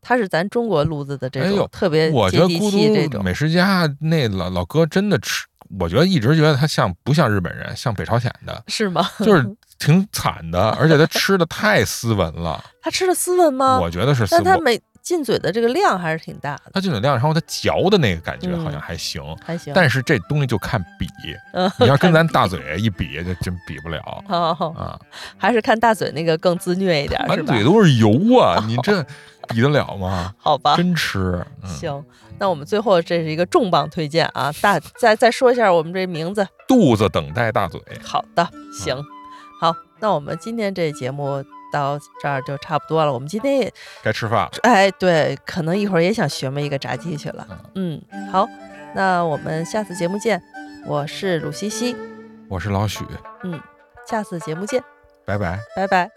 他是咱中国路子的这
哎
种
呦
特别
我觉
接
得
地
孤
气这
独
种，，
美食家那老老哥真的吃，我觉得一直觉得他像不像日本人，像北朝鲜的
[LAUGHS] 是吗？
就是挺惨的，而且他吃的太斯
[LAUGHS]
文了，
他吃的斯文吗？
我觉得是斯
但哦他
文。
每进嘴的这个量还是挺大的，
他就酒量，然后他嚼的那个感觉好
嗯
像还行，
还行。
但是这东西就看比，
嗯
你要跟咱大嘴一比，就真比不了
哦，
啊！
还是看大嘴那个更自虐一点， [LAUGHS] 是
满
吧
嘴？都是
[LAUGHS]
油啊，你这比得了吗？
好吧，
真吃，嗯，
行，那我们最后这是一个重磅推荐啊，大再再说一下我们这名字。
肚子等待大嘴，
好的，
嗯
行，好，那我们今天这节目到这儿就差不多了。我们今天也，
该吃饭了，
哎，对，可能一会儿也想学么一个炸鸡去了。嗯，好，那我们下次节目见。我是鲁西西，
我是老许，
下次节目见，
拜拜。
拜拜。